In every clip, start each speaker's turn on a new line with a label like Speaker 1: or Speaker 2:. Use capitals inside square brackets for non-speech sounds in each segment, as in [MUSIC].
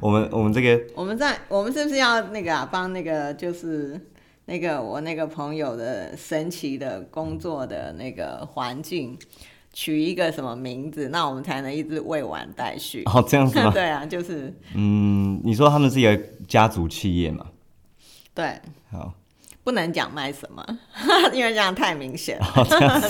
Speaker 1: 我们我们这个
Speaker 2: 我们在我们是不是要那个啊，帮那个就是那个我那个朋友的神奇的工作的那个环境取一个什么名字，那我们才能一直未完待续。 [LAUGHS]
Speaker 1: 哦这样子吗？
Speaker 2: 对啊，就是
Speaker 1: [LAUGHS] 嗯，你说他们是一个家族企业嘛？
Speaker 2: 对，
Speaker 1: 好，
Speaker 2: 不能讲卖什么， [LAUGHS] 因为这样太明显
Speaker 1: [LAUGHS]
Speaker 2: 了。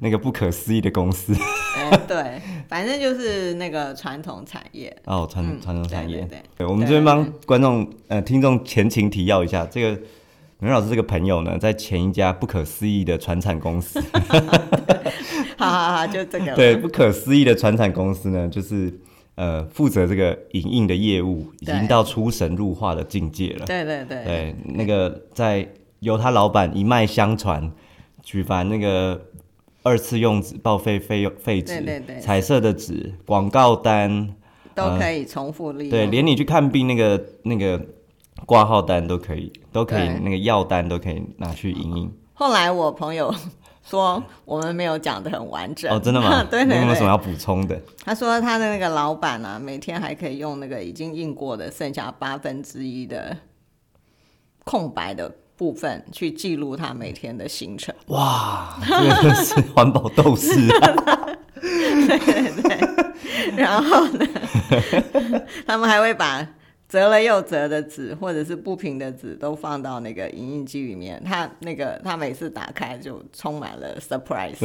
Speaker 1: 那个不可思议的公司 [LAUGHS]
Speaker 2: 哎对，反正就是那个传统产业。
Speaker 1: 哦，传
Speaker 2: 嗯
Speaker 1: 传统产业。
Speaker 2: 对对对
Speaker 1: 对，我们
Speaker 2: 对
Speaker 1: 这边帮观众呃听众前情提要一下，这个袁老师这个朋友呢，在前一家不可思议的船产公
Speaker 2: [LAUGHS]
Speaker 1: 司，
Speaker 2: 好好好，就这个
Speaker 1: [LAUGHS]
Speaker 2: 了。
Speaker 1: 对，不可思议的船产公司呢，就是呃负责这个影印的业务，已
Speaker 2: 对
Speaker 1: 经到出神入化的境界了。
Speaker 2: 对对对
Speaker 1: 对，那个在由他老板一脉相传，举凡那个二次用纸、报废废用废纸、
Speaker 2: 对对对
Speaker 1: 彩色的纸、广告单，
Speaker 2: 都可
Speaker 1: 嗯
Speaker 2: 以重复利用。
Speaker 1: 对，连你去看病那个那个挂号单都可以，都可以
Speaker 2: 对，
Speaker 1: 那个药单都可以拿去影印。
Speaker 2: 后来我朋友 [LAUGHS] 说我们没有讲的很完整
Speaker 1: 哦，真的吗？
Speaker 2: 啊 [LAUGHS] 对
Speaker 1: 你有
Speaker 2: 对
Speaker 1: 没有什么
Speaker 2: 对，
Speaker 1: 要补充的？ [LAUGHS]
Speaker 2: 他说他的那个老板啊，每天还可以用那个已经印过的剩下八分之一的空白的部分去记录他每天的行程。 [LAUGHS]
Speaker 1: 哇，这个真是环保斗士啊、 [LAUGHS]
Speaker 2: 然后呢， [LAUGHS] 他们还会把折了又折的纸或者是不平的纸都放到那个影印机里面。他那个他每次打开就充满了 surprise。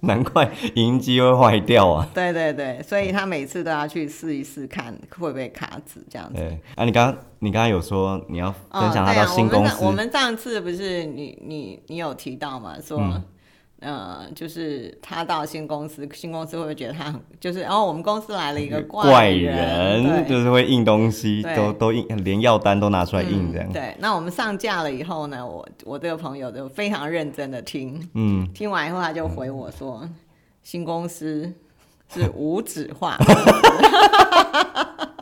Speaker 1: 难怪影印机会坏掉啊！
Speaker 2: 对对对，所以他每次都要去试一试看会不会卡纸这样子。
Speaker 1: 对，啊，你刚刚你刚刚有说你要分
Speaker 2: 哦，
Speaker 1: 享他
Speaker 2: 对
Speaker 1: 到
Speaker 2: 啊，我
Speaker 1: 新
Speaker 2: 们
Speaker 1: 公
Speaker 2: 上
Speaker 1: 司，
Speaker 2: 我们上次不是你你你有提到嘛，说。呃，就是他到新公司，新公司会不会觉得他很就是，然、后我们公司来了一个
Speaker 1: 怪
Speaker 2: 人，
Speaker 1: 人
Speaker 2: 对
Speaker 1: 就是会印东西，
Speaker 2: 对
Speaker 1: 都都印，连药单都拿出来印这样
Speaker 2: 嗯。。对，那我们上架了以后呢，我我这个朋友就非常认真的听，
Speaker 1: 嗯，
Speaker 2: 听完以后他就回我说，新公司是无纸化，
Speaker 1: [LAUGHS]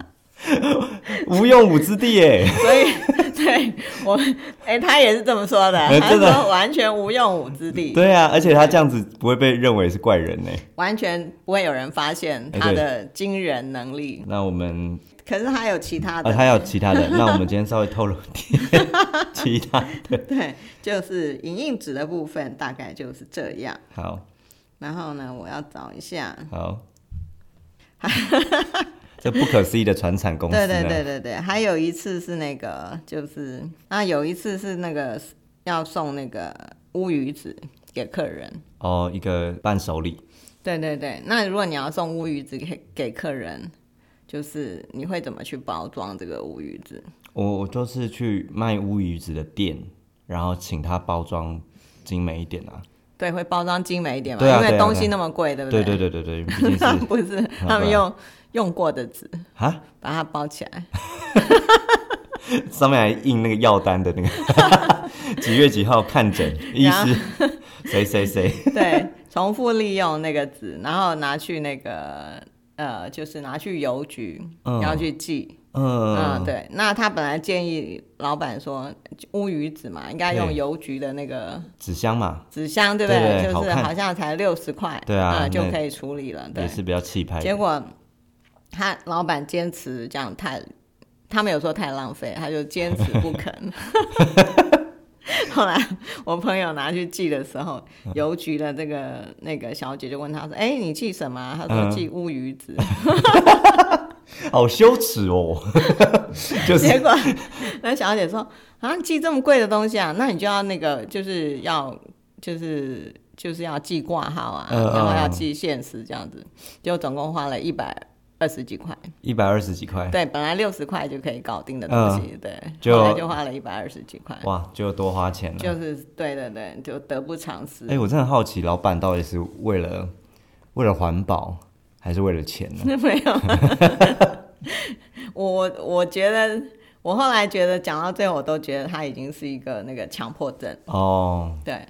Speaker 2: [LAUGHS]
Speaker 1: 无用武之地
Speaker 2: [LAUGHS]
Speaker 1: 耶，
Speaker 2: 所以，对我，哎、他也是这么说的，
Speaker 1: 哎
Speaker 2: 他
Speaker 1: 真的
Speaker 2: 说完全无用武之地，
Speaker 1: 对啊，而且他这样子不会被认为是怪人呢。
Speaker 2: 完全不会有人发现
Speaker 1: 哎
Speaker 2: 他
Speaker 1: 对
Speaker 2: 的惊人能力。
Speaker 1: 那我们
Speaker 2: 可是他有其他的，
Speaker 1: 啊，他有其
Speaker 2: [LAUGHS]
Speaker 1: 他的，那我们今天稍微透露点 [LAUGHS] 其他的。
Speaker 2: 对，就是影印纸的部分大概就是这样。
Speaker 1: 好
Speaker 2: 然后呢，我要找一下， [LAUGHS]
Speaker 1: 好，这不可思议的船产公司啊
Speaker 2: 对
Speaker 1: 呢，
Speaker 2: 对对对对，还有一次是那个，就是啊，有一次是那个要送那个乌鱼子给客人，
Speaker 1: 哦，一个伴手礼，
Speaker 2: 对对对，那如果你要送乌鱼子给给客人，就是你会怎么去包装这个乌鱼子？
Speaker 1: 我我就是去卖乌鱼子的店，然后请他包装精美一点啊。
Speaker 2: 对，会包装精美一点嘛，
Speaker 1: 对啊
Speaker 2: 因
Speaker 1: 对
Speaker 2: 为
Speaker 1: 啊
Speaker 2: 东
Speaker 1: 对
Speaker 2: 西
Speaker 1: 啊
Speaker 2: 那么贵，对不
Speaker 1: 对
Speaker 2: 对
Speaker 1: 对对对对，毕竟
Speaker 2: 他
Speaker 1: 是 [LAUGHS]
Speaker 2: [LAUGHS] 们不是，他们用用过的纸
Speaker 1: 啊，
Speaker 2: 把它包起来。
Speaker 1: 上面还印那个药单的那个 [LAUGHS] 几月几号看诊，医
Speaker 2: [LAUGHS] 然后
Speaker 1: 师谁谁谁， [LAUGHS]
Speaker 2: 对，重复利用那个纸，然后拿去那个呃，就是拿去邮局，
Speaker 1: 嗯
Speaker 2: 然后去寄。嗯，
Speaker 1: 嗯，
Speaker 2: 对。那他本来建议老板说乌鱼子嘛，应该用
Speaker 1: 对
Speaker 2: 邮局的那个
Speaker 1: 纸箱嘛，
Speaker 2: 纸箱，对不对？
Speaker 1: 对对好
Speaker 2: 就是
Speaker 1: 看
Speaker 2: 好像才六十块，
Speaker 1: 对啊
Speaker 2: 嗯就
Speaker 1: 那
Speaker 2: 可以处理了。对
Speaker 1: 也，是比较气派
Speaker 2: 结
Speaker 1: 的，
Speaker 2: 果他老板坚持这样太，他没有说太浪费，他就坚持
Speaker 1: [LAUGHS]
Speaker 2: 不肯。 [LAUGHS] 后来我朋友拿去寄的时候，邮局的这个那个小姐就问他说：“哎、你寄什么啊、他说：“
Speaker 1: 嗯
Speaker 2: 寄乌鱼子。
Speaker 1: 好羞耻
Speaker 2: [LAUGHS]
Speaker 1: 哦，就是 [LAUGHS]
Speaker 2: 结果那小姐说：“啊，寄这么贵的东西啊，那你就要那个就是要就是就是要寄挂号啊，
Speaker 1: 嗯嗯
Speaker 2: 然后要
Speaker 1: 嗯
Speaker 2: 寄限时这样子，就总共花了一百二十几块。”
Speaker 1: 一百二十几块，
Speaker 2: 对，本来六十块就可以搞定的东西，对，
Speaker 1: 嗯就
Speaker 2: 后来就花了一百二十几块，
Speaker 1: 哇，就多花钱了。
Speaker 2: 就是对对对，就得不偿失。
Speaker 1: 哎、我真的好奇，老板到底是为了为了环保，还是为了钱呢？
Speaker 2: [LAUGHS] 没有，我我我觉得，我后来觉得讲到最后，我都觉得他已经是一个那个强迫症，
Speaker 1: 哦，
Speaker 2: 对。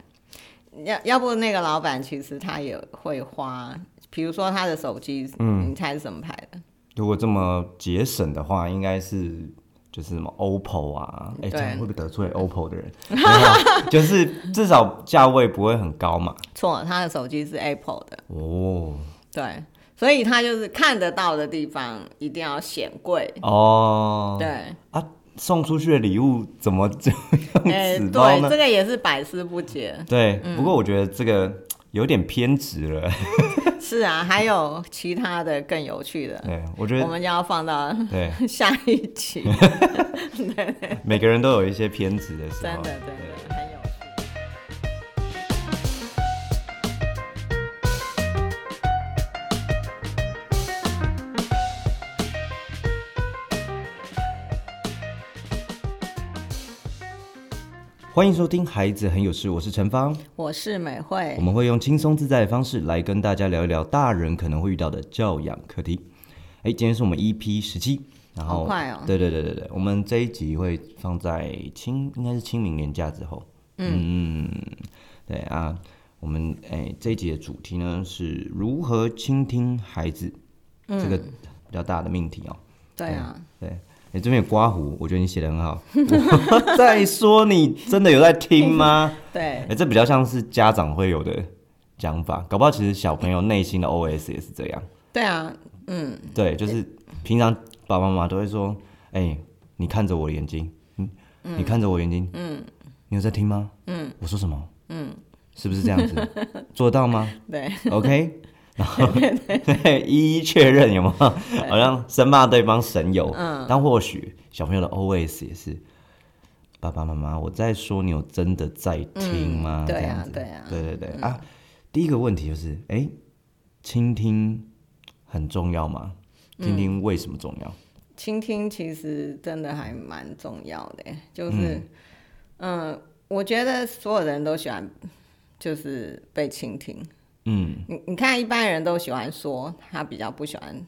Speaker 2: 要要不那个老板其实他也会花，比如说他的手机，嗯，你猜是什么牌的？
Speaker 1: 如果这么节省的话，应该是就是什么 OPPO 啊，哎、
Speaker 2: 对
Speaker 1: 这样会不会得
Speaker 2: [LAUGHS]
Speaker 1: 罪 OPPO 的人？ [LAUGHS] 没有啊就是至少价位不会很高嘛。
Speaker 2: 错，他的手机是 Apple 的，
Speaker 1: 哦，
Speaker 2: 对，所以它就是看得到的地方一定要显贵。
Speaker 1: 哦，
Speaker 2: 对，
Speaker 1: 啊，送出去的礼物怎么就
Speaker 2: 哎、
Speaker 1: 用纸包
Speaker 2: 对，
Speaker 1: 呢？
Speaker 2: 这嗯个也是百思不解。
Speaker 1: 对，不过我觉得这个有点偏执
Speaker 2: [LAUGHS]
Speaker 1: 了。
Speaker 2: 是啊，还有其他的更有趣的，
Speaker 1: 对，哎我觉
Speaker 2: 我
Speaker 1: 得
Speaker 2: 们就要放到 [LAUGHS]
Speaker 1: 对，
Speaker 2: 下一
Speaker 1: [LAUGHS]
Speaker 2: 集。
Speaker 1: 每个人都有一些偏执的时
Speaker 2: 真
Speaker 1: 候。
Speaker 2: 的，真的很有趣。
Speaker 1: 欢迎收听《孩子很有事》，我是陈芳，
Speaker 2: 我是美
Speaker 1: 我
Speaker 2: 惠，
Speaker 1: 们会用轻松自在的方式来跟大家聊一聊大人可能会遇到的教养课题。哎，今天是我们 EP 十七，然后
Speaker 2: 好快哦
Speaker 1: 对对对对对，我们这一集会放在清，应该是清明年假之后。嗯对啊，我们哎这一集的主题呢是如何倾听孩子，
Speaker 2: 嗯
Speaker 1: 这个比较大的命题哦。
Speaker 2: 对啊，
Speaker 1: 对，哎这边有刮胡，我觉得你写的很好。 [LAUGHS] 我在说你真的有在听吗？
Speaker 2: 对
Speaker 1: 哎、，这比较像是家长会有的讲法，搞不好其实小朋友内心的 OS 也是这样。
Speaker 2: 对啊，嗯，
Speaker 1: 对，就是平常爸爸妈妈都会说：“哎、你看着我的眼睛，嗯，你看着我眼睛，嗯，你有在听吗？嗯，我说什么？嗯，是不是这样子？做得到吗
Speaker 2: 对，
Speaker 1: ？OK。”然后 [LAUGHS] 一一确认有没有，好像生怕对方神游。嗯，但或许小朋友的 OS 也是，爸爸妈妈，我在说，你有真的在听吗？
Speaker 2: 对
Speaker 1: 这样
Speaker 2: 啊
Speaker 1: 子，
Speaker 2: 对啊，
Speaker 1: 嗯对对对、啊！第一个问题就是，哎、倾听很重要吗？
Speaker 2: 嗯
Speaker 1: 倾听为什么重要？
Speaker 2: 倾听其实真的还蛮重要的，欸就是，嗯、我觉得所有人都喜欢，就是被倾听。
Speaker 1: 嗯
Speaker 2: 你你看，一般人都喜欢说，他比较不喜欢，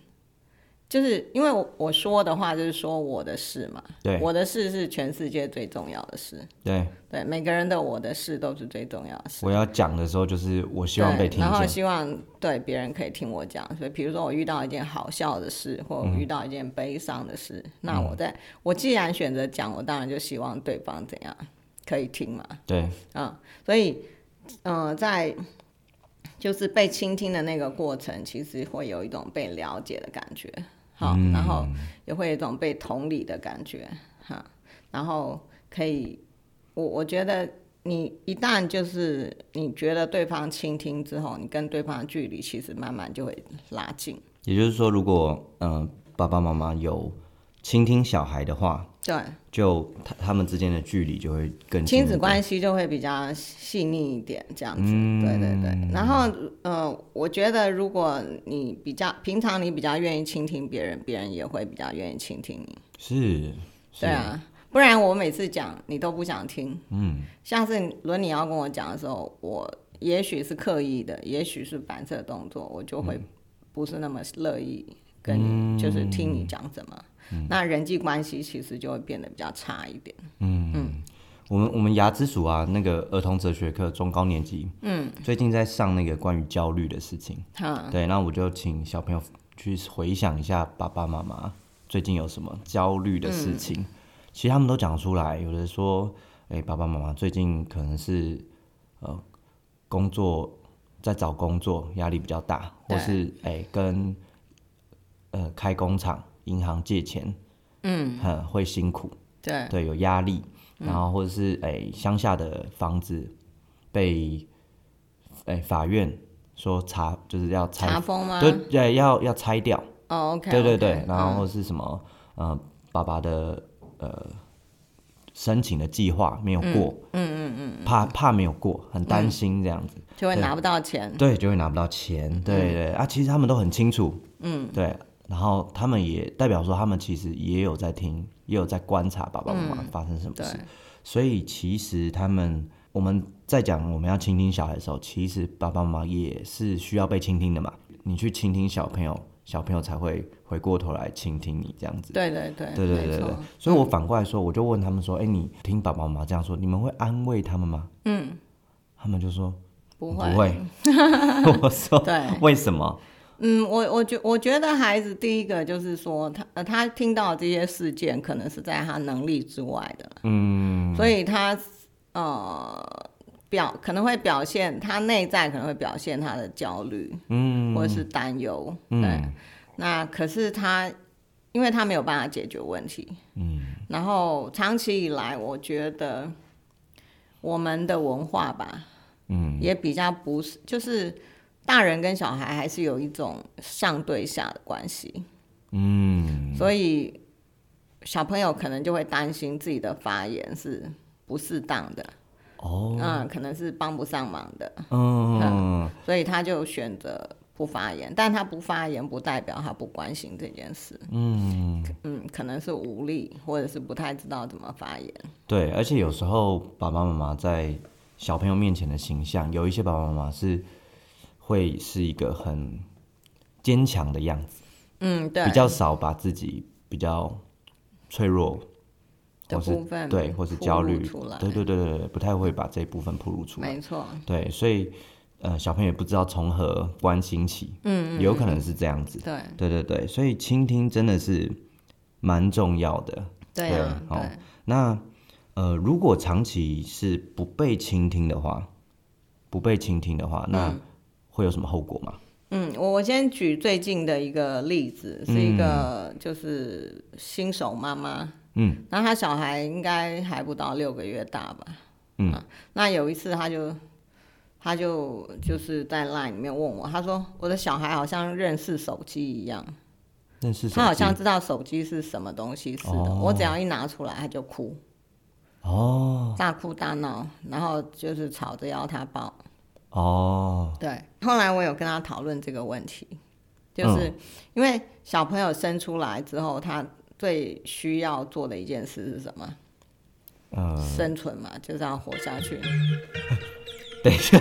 Speaker 2: 就是因为我我说的话就是说我的事嘛，
Speaker 1: 对
Speaker 2: 我的事是全世界最重要的事，
Speaker 1: 对，
Speaker 2: 对，每个人的我的事都是最重要的事。
Speaker 1: 我要讲的时候就是我希望
Speaker 2: 对
Speaker 1: 被听
Speaker 2: 然后
Speaker 1: 见。
Speaker 2: 希望对别人可以听我讲。所以，比如说我遇到一件好笑的事，或
Speaker 1: 嗯
Speaker 2: 我遇到一件悲伤的事，那我在我既然选择讲，我当然就希望对方怎样可以听嘛。
Speaker 1: 对，
Speaker 2: 啊，所以，呃，在就是被倾听的那个过程，其实会有一种被了解的感觉，好，
Speaker 1: 嗯
Speaker 2: 然后也会有一种被同理的感觉，哈，然后可以，我我觉得你一旦就是你觉得对方倾听之后，你跟对方的距离其实慢慢就会拉近，
Speaker 1: 也就是说，如果嗯、呃爸爸妈妈有倾听小孩的话，
Speaker 2: 对，
Speaker 1: 就他他们之间的距离就会更近
Speaker 2: 亲
Speaker 1: 一
Speaker 2: 子
Speaker 1: 点
Speaker 2: 关系就会比较细腻一点，这样子。对对对。然后，呃，我觉得如果你比较平常，你比较愿意倾听别人，别人也会比较愿意倾听你。
Speaker 1: 是，是
Speaker 2: 对，啊，不然我每次讲你都不想听。嗯。下次轮你要跟我讲的时候，我也许是刻意的，也许是反射动作，我就
Speaker 1: 嗯
Speaker 2: 会不是那么乐意跟你，就是听你讲什么。
Speaker 1: 嗯
Speaker 2: 那人际关系其实就会变得比较差一点。
Speaker 1: 我们我们牙之鼠啊，那个儿童哲学课中高年级，嗯，最近在上那个关于焦虑的事情。
Speaker 2: 哈，
Speaker 1: 对，那我就请小朋友去回想一下爸爸妈妈最近有什么焦虑的事情。其实他们都讲出来，有的说，哎、爸爸妈妈最近可能是呃工作在找工作，压力比较大，或
Speaker 2: 对
Speaker 1: 是哎、跟呃开工厂、银行借钱，嗯，很会辛苦，
Speaker 2: 对
Speaker 1: 对，有压力，然后或者是哎乡下的房子被哎法院说查就是要拆
Speaker 2: 查封吗？
Speaker 1: 对对，要要拆掉，
Speaker 2: 哦，OK，
Speaker 1: 对嗯对对，然后或是什么，呃，爸爸的呃申请的计划没有过，嗯嗯嗯，怕怕没有过，很担心这样子，
Speaker 2: 就会拿不到钱。
Speaker 1: 对，就会拿不到
Speaker 2: 嗯
Speaker 1: 钱，对对啊，其实他们都很清楚，嗯，对，然后他们也代表说他们其实也有在听，也有在观察爸爸妈妈发生什么
Speaker 2: 嗯对
Speaker 1: 事，所以其实他们我们在讲我们要倾听小孩的时候，其实爸爸妈妈也是需要被倾听的嘛。你去倾听小朋友，小朋友才会回过头来倾听你这样子。
Speaker 2: 对对对，
Speaker 1: 对对
Speaker 2: 没
Speaker 1: 对对
Speaker 2: 错，嗯
Speaker 1: 所以我反过来说，我就问他们说：“哎、你听爸爸妈妈这样说，你们会安慰他们吗？”嗯，他们就说
Speaker 2: 不
Speaker 1: 不
Speaker 2: 会。 [LAUGHS]
Speaker 1: 会。我说
Speaker 2: 对，
Speaker 1: 为什么？
Speaker 2: 嗯，我我觉我觉得孩子第一个就是说他呃他听到这些事件可能是在他能力之外的，嗯，所以他呃表可能会表现他内在可能会表现他的焦虑，嗯，或者是担忧，对。
Speaker 1: 嗯
Speaker 2: 那可是他，因为他没有办法解决问题，
Speaker 1: 嗯
Speaker 2: 然后长期以来，我觉得我们的文化吧，
Speaker 1: 嗯
Speaker 2: 也比较不是，就是大人跟小孩还是有一种上对下的关系，
Speaker 1: 嗯，
Speaker 2: 所以小朋友可能就会担心自己的发言是不适当的，
Speaker 1: 哦，
Speaker 2: 嗯，可能是帮不上忙的，
Speaker 1: 嗯，
Speaker 2: 所以他就选择不发言。但他不发言，不代表他不关心这件事。嗯可能是无力，或者是不太知道怎么发言。
Speaker 1: 对，而且有时候爸爸妈妈在小朋友面前的形象，有一些爸爸妈妈是会是一个很坚强的样子，
Speaker 2: 嗯，对，
Speaker 1: 比较少把自己比较脆弱
Speaker 2: 的
Speaker 1: 或是
Speaker 2: 部分
Speaker 1: 对，或是
Speaker 2: 暴
Speaker 1: 焦
Speaker 2: 露
Speaker 1: 虑，
Speaker 2: 出来，
Speaker 1: 对对对对对，不太会把这一部分暴露出来。
Speaker 2: 没错，
Speaker 1: 对，所以呃，小朋友也不知道从何关心起，嗯有可能是这样子，
Speaker 2: 对
Speaker 1: 对对对，所以倾听真的是蛮重要的。
Speaker 2: 对啊，
Speaker 1: 对好那呃，如果长期是不被倾听的话，不被倾听的话，那会有什么后果吗？
Speaker 2: 嗯，我我先举最近的一个例子，是一
Speaker 1: 嗯
Speaker 2: 个就是新手妈妈，嗯，那她小孩应该还不到六个月大吧，嗯、那有一次她就她就就是在 LINE 里面问我，她说我的小孩好像认识手机一样，
Speaker 1: 那是手
Speaker 2: 他好
Speaker 1: 机
Speaker 2: 像知道手机是什么东西似的，
Speaker 1: 哦
Speaker 2: 我只要一拿出来他就哭，
Speaker 1: 哦
Speaker 2: 大哭大闹，然后就是吵着要他抱。
Speaker 1: 哦，
Speaker 2: 对，后来我有跟他讨论这个问题，就是
Speaker 1: 嗯
Speaker 2: 因为小朋友生出来之后，他最需要做的一件事是什么？
Speaker 1: 呃，
Speaker 2: 生存嘛，就是要活下去。
Speaker 1: [LAUGHS] 等一下，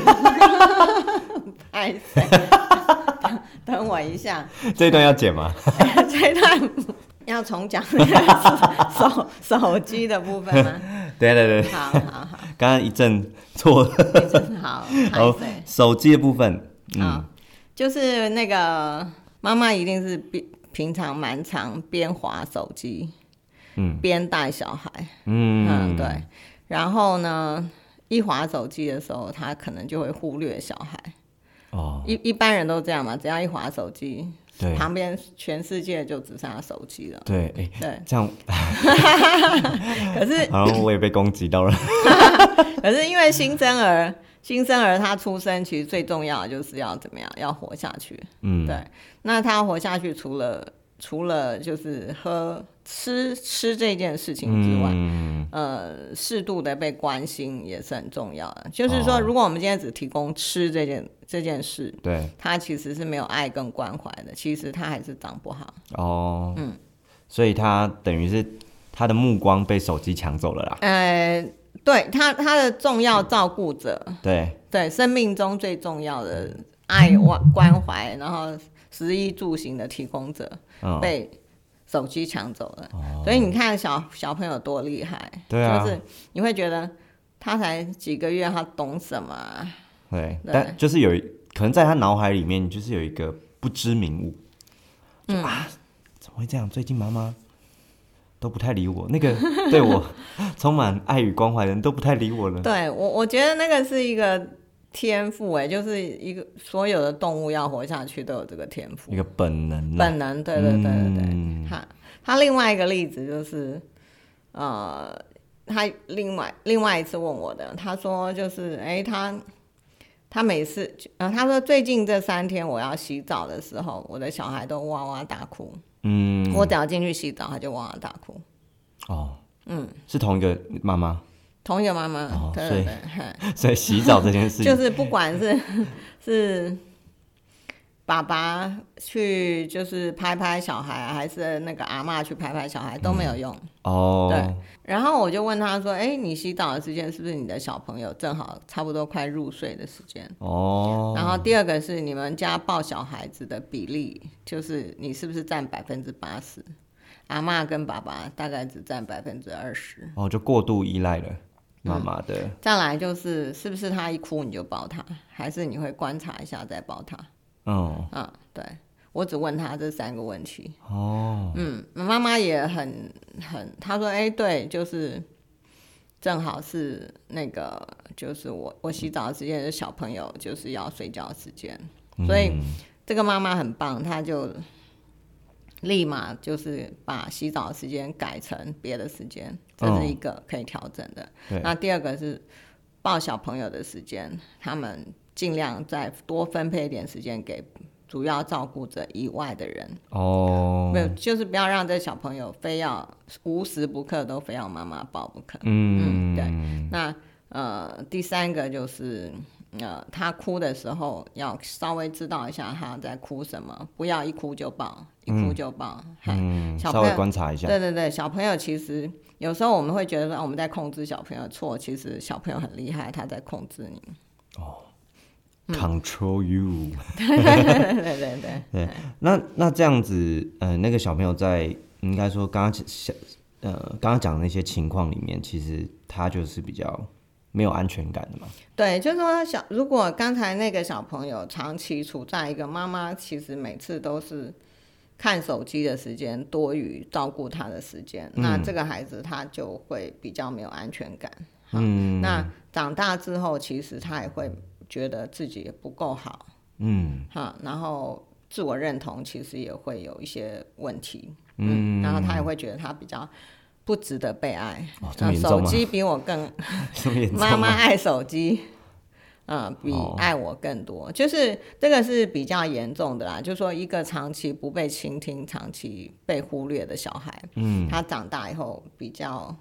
Speaker 2: 哎，等 [LAUGHS] 等我一下，
Speaker 1: 这一段要剪吗？ [LAUGHS]
Speaker 2: 这段要重讲那个手手机的部分吗？
Speaker 1: 对对对，
Speaker 2: 好好好，
Speaker 1: 刚刚一阵错了。
Speaker 2: 你真是好，好
Speaker 1: 哦，手机的部分，
Speaker 2: 啊，就是那个妈妈一定是平平常蛮常边划手机，
Speaker 1: 嗯，
Speaker 2: 边带小孩，
Speaker 1: 嗯
Speaker 2: 嗯，对。然后呢，一划手机的时候，她可能就会忽略小孩。
Speaker 1: 哦，
Speaker 2: 一一般人都这样嘛，只要一划手机，
Speaker 1: 对
Speaker 2: 旁边全世界就只剩下手机了。
Speaker 1: 对，哎、
Speaker 2: 对，
Speaker 1: 这样
Speaker 2: 可是
Speaker 1: 好像我也被攻击到了。
Speaker 2: 可是因为新生儿，新生儿他出生其实最重要的就是要怎么样，要活下去。
Speaker 1: 嗯，
Speaker 2: 对，那他要活下去，除了除了就是喝吃吃这件事情之外，
Speaker 1: 嗯
Speaker 2: 呃，适度的被关心也是很重要的。就是说，
Speaker 1: 哦
Speaker 2: 如果我们今天只提供吃这件这件事，
Speaker 1: 对，
Speaker 2: 他其实是没有爱跟关怀的，其实他还是长不好。
Speaker 1: 哦，嗯，所以他等于是他的目光被手机抢走了啦。
Speaker 2: 呃，对他他的重要照顾者，
Speaker 1: 对，
Speaker 2: 对生命中最重要的爱关关怀，然后食衣住行的提供者
Speaker 1: 嗯，
Speaker 2: 被手机抢走了。所以你看小小朋友多厉害，
Speaker 1: 哦对啊
Speaker 2: 就是你会觉得他才几个月，他懂什么啊、
Speaker 1: 对，
Speaker 2: 对
Speaker 1: 但就是有一可能在他脑海里面就是有一个不知名物，
Speaker 2: 嗯
Speaker 1: 就啊，怎么会这样？最近妈妈都不太理我，那个 [LAUGHS] 对我充满爱与关怀的人都不太理我了。
Speaker 2: 对我，我觉得那个是一个天赋，哎，就是一个所有的动物要活下去都有这个天赋
Speaker 1: 一，个本能啦，
Speaker 2: 本能。对对对对对。
Speaker 1: 嗯
Speaker 2: 他他另外一个例子就是，呃，他另外另外一次问我的，他说就是，哎、他他每次，呃，他说最近这三天我要洗澡的时候，我的小孩都哇哇大哭，
Speaker 1: 嗯，
Speaker 2: 我只要进去洗澡，他就哇哇大哭。
Speaker 1: 哦，嗯，是同一个妈妈， [LAUGHS]
Speaker 2: 同一个妈妈，
Speaker 1: 哦
Speaker 2: 对
Speaker 1: 所
Speaker 2: 对
Speaker 1: 以
Speaker 2: 对，嘿
Speaker 1: 所以洗澡这件事情，
Speaker 2: 就是不
Speaker 1: [LAUGHS]
Speaker 2: 管是是爸爸去就是拍拍小孩，啊还是那个阿嬷去拍拍小孩都没有用。
Speaker 1: 哦，
Speaker 2: 对然后我就问他说：“哎，你洗澡的时间是不是你的小朋友正好差不多快入睡的时间？”
Speaker 1: 哦，
Speaker 2: 然后第二个是你们家抱小孩子的比例，就是你是不是占百分之八十？阿嬷跟爸爸大概只占百分之二十。
Speaker 1: 哦，就过度依赖了妈妈的，
Speaker 2: 再来就是是不是他一哭你就抱他，还是你会观察一下再抱他？
Speaker 1: 嗯，
Speaker 2: 啊，对我只问他这三个问题。
Speaker 1: 哦，
Speaker 2: 嗯，妈妈也很很，她说：“哎、对，就是正好是那个就是我我洗澡的时间，就是小朋友就是要睡觉的时间，所
Speaker 1: 嗯
Speaker 2: 以这个妈妈很棒，她就立马就是把洗澡的时间改成别的时间，这是一个可以调整的。
Speaker 1: 对
Speaker 2: 那第二个是抱小朋友的时间，他们尽量再多分配一点时间给主要照顾者以外的人，
Speaker 1: 哦
Speaker 2: 没，有就是不要让这小朋友非要无时不刻都非要妈妈抱不可。
Speaker 1: 嗯，
Speaker 2: 嗯那呃，第三个就是呃，他哭的时候要稍微知道一下他在哭什么，不要一哭就抱，一哭就抱。嗨
Speaker 1: 嗯，
Speaker 2: 小
Speaker 1: 稍
Speaker 2: 朋
Speaker 1: 微
Speaker 2: 友
Speaker 1: 观察一下，
Speaker 2: 对对对，小朋友其实有时候我们会觉得说、啊我们在控制小朋友错，其实小朋友很厉害，他在控
Speaker 1: [LAUGHS]
Speaker 2: 制你。嗯
Speaker 1: Control you。
Speaker 2: 对对对对，
Speaker 1: 那那这样子，呃，那个小朋友在应该说刚刚小呃刚刚讲的那些情况里面，其实他就是比较没有安全感的嘛。
Speaker 2: 对，就是说小，如果刚才那个小朋友长期处在一个妈妈其实每次都是看手机的时间多于照顾他的时间，那
Speaker 1: 嗯
Speaker 2: 这个孩子他就会比较没有安全感。嗯，那长大之后，其实他也会觉得自己不够好，
Speaker 1: 嗯
Speaker 2: 哈，然后自我认同其实也会有一些问题，嗯，然后他也会觉得他比较不值得被爱，
Speaker 1: 哦这么
Speaker 2: 那
Speaker 1: 严
Speaker 2: 手
Speaker 1: 重吗
Speaker 2: 机比我更
Speaker 1: [LAUGHS] 这么严重
Speaker 2: 妈妈
Speaker 1: 吗？
Speaker 2: 爱手机，嗯，比
Speaker 1: 哦
Speaker 2: 爱我更多，就是这个是比较严重的啦。就说一个长期不被倾听、长期被忽略的小孩，嗯，他长大以后比较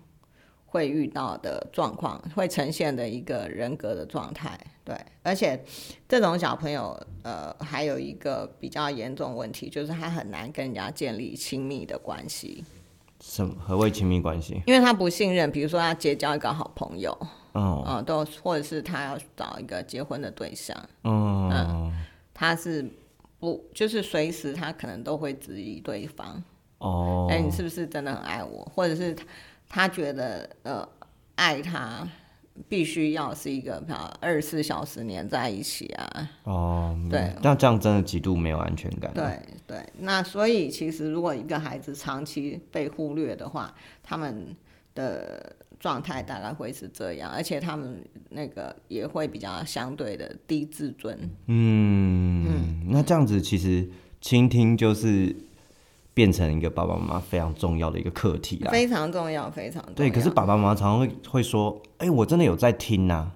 Speaker 2: 会遇到的状况，会呈现的一个人格的状态。对，而且这种小朋友，呃，还有一个比较严重问题，就是他很难跟人家建立亲密的关系，
Speaker 1: 什么何谓亲密关系？
Speaker 2: 因为他不信任。比如说，他结交一个好朋友，
Speaker 1: 哦
Speaker 2: 嗯，都或者是他要找一个结婚的对象，
Speaker 1: 哦
Speaker 2: 嗯他是不就是随时他可能都会质疑对方，
Speaker 1: 哦，
Speaker 2: 哎、你是不是真的很爱我？或者是他他觉得呃爱他必须要是一个比二十四小时黏在一起啊，
Speaker 1: 哦，
Speaker 2: 对
Speaker 1: 那这样真的极度没有安全感。，
Speaker 2: 对对，那所以其实如果一个孩子长期被忽略的话，他们的状态大概会是这样，而且他们那个也会比较相对的低自尊。
Speaker 1: 嗯那这样子其实倾听就是变成一个爸爸妈妈非常重要的一个课题啦。
Speaker 2: 非常重要，非常重要。
Speaker 1: 对，可是爸爸妈妈常常会会说：“哎、我真的有在听呐、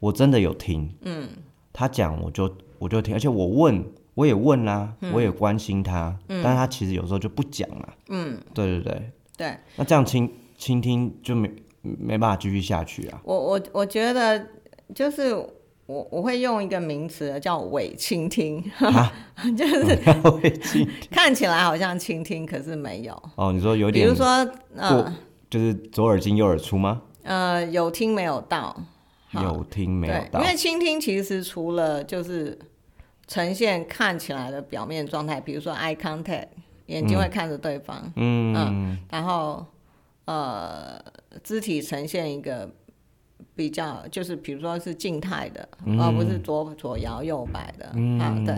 Speaker 1: 我真的有听。”嗯，他讲我就我就听，而且我问我也问啦、
Speaker 2: 嗯
Speaker 1: 我也关心他，但是他其实有时候就不讲啦。嗯，对对对，
Speaker 2: 对
Speaker 1: 那这样倾倾听就没没办法继续下去啊。
Speaker 2: 我我我觉得就是我我会用一个名词叫伪倾听， [LAUGHS] 就是
Speaker 1: 会啊倾
Speaker 2: 看起来好像倾听，可是没有。
Speaker 1: 哦，你说有
Speaker 2: 比
Speaker 1: 点
Speaker 2: 如说，
Speaker 1: 过
Speaker 2: 呃，
Speaker 1: 就是左耳进右耳出吗？
Speaker 2: 呃，有听没有到，好
Speaker 1: 有听没有
Speaker 2: 对，
Speaker 1: 到
Speaker 2: 因？为倾听其实除了就是呈现看起来的表面状态，比如说 eye contact，眼睛会看着对方，
Speaker 1: 嗯
Speaker 2: 然后呃，肢体呈现一个比较，就是比如说是静态的，而不是左左摇右摆的、啊，对。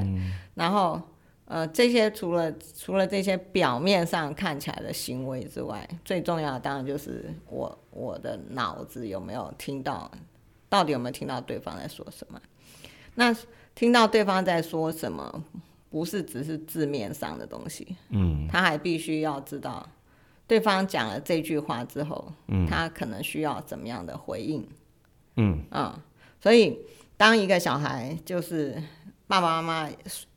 Speaker 2: 然后呃，这些除了除了这些表面上看起来的行为之外，最重要的当然就是我我的脑子有没有听到，到底有没有听到对方在说什么？那听到对方在说什么，不是只是字面上的东西，
Speaker 1: 嗯，
Speaker 2: 他还必须要知道对方讲了这句话之后，他可能需要怎么样的回应，啊
Speaker 1: 嗯
Speaker 2: 所以当一个小孩就是爸爸妈妈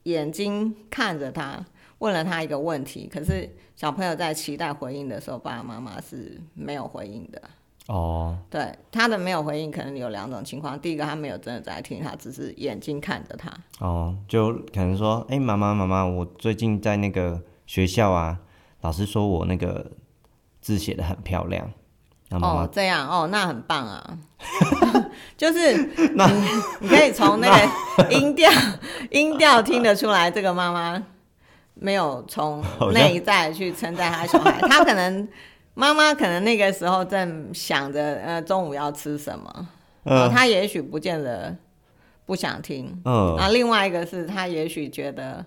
Speaker 2: 眼睛看着他，问了他一个问题，可是小朋友在期待回应的时候，爸爸妈妈是没有回应的。
Speaker 1: 哦，
Speaker 2: 对他的没有回应，可能有两种情况：第一个，他没有真的在听，他只是眼睛看着他；
Speaker 1: 哦，就可能说，哎、妈妈，妈妈，我最近在那个学校啊，老师说我那个字写的很漂亮，那妈妈、
Speaker 2: 哦，这样哦，那很
Speaker 1: [LAUGHS]
Speaker 2: 棒啊！就是那你可以从那个 [LAUGHS] 音调音调听得出来，这个妈妈没有从
Speaker 1: 好像
Speaker 2: 内在去称赞她
Speaker 1: [LAUGHS]
Speaker 2: 小孩，她可能妈妈可能那个时候正想着呃中午要吃什么，呃，她也许不见得不想听，
Speaker 1: 嗯、
Speaker 2: 呃啊，另外一个是她也许觉得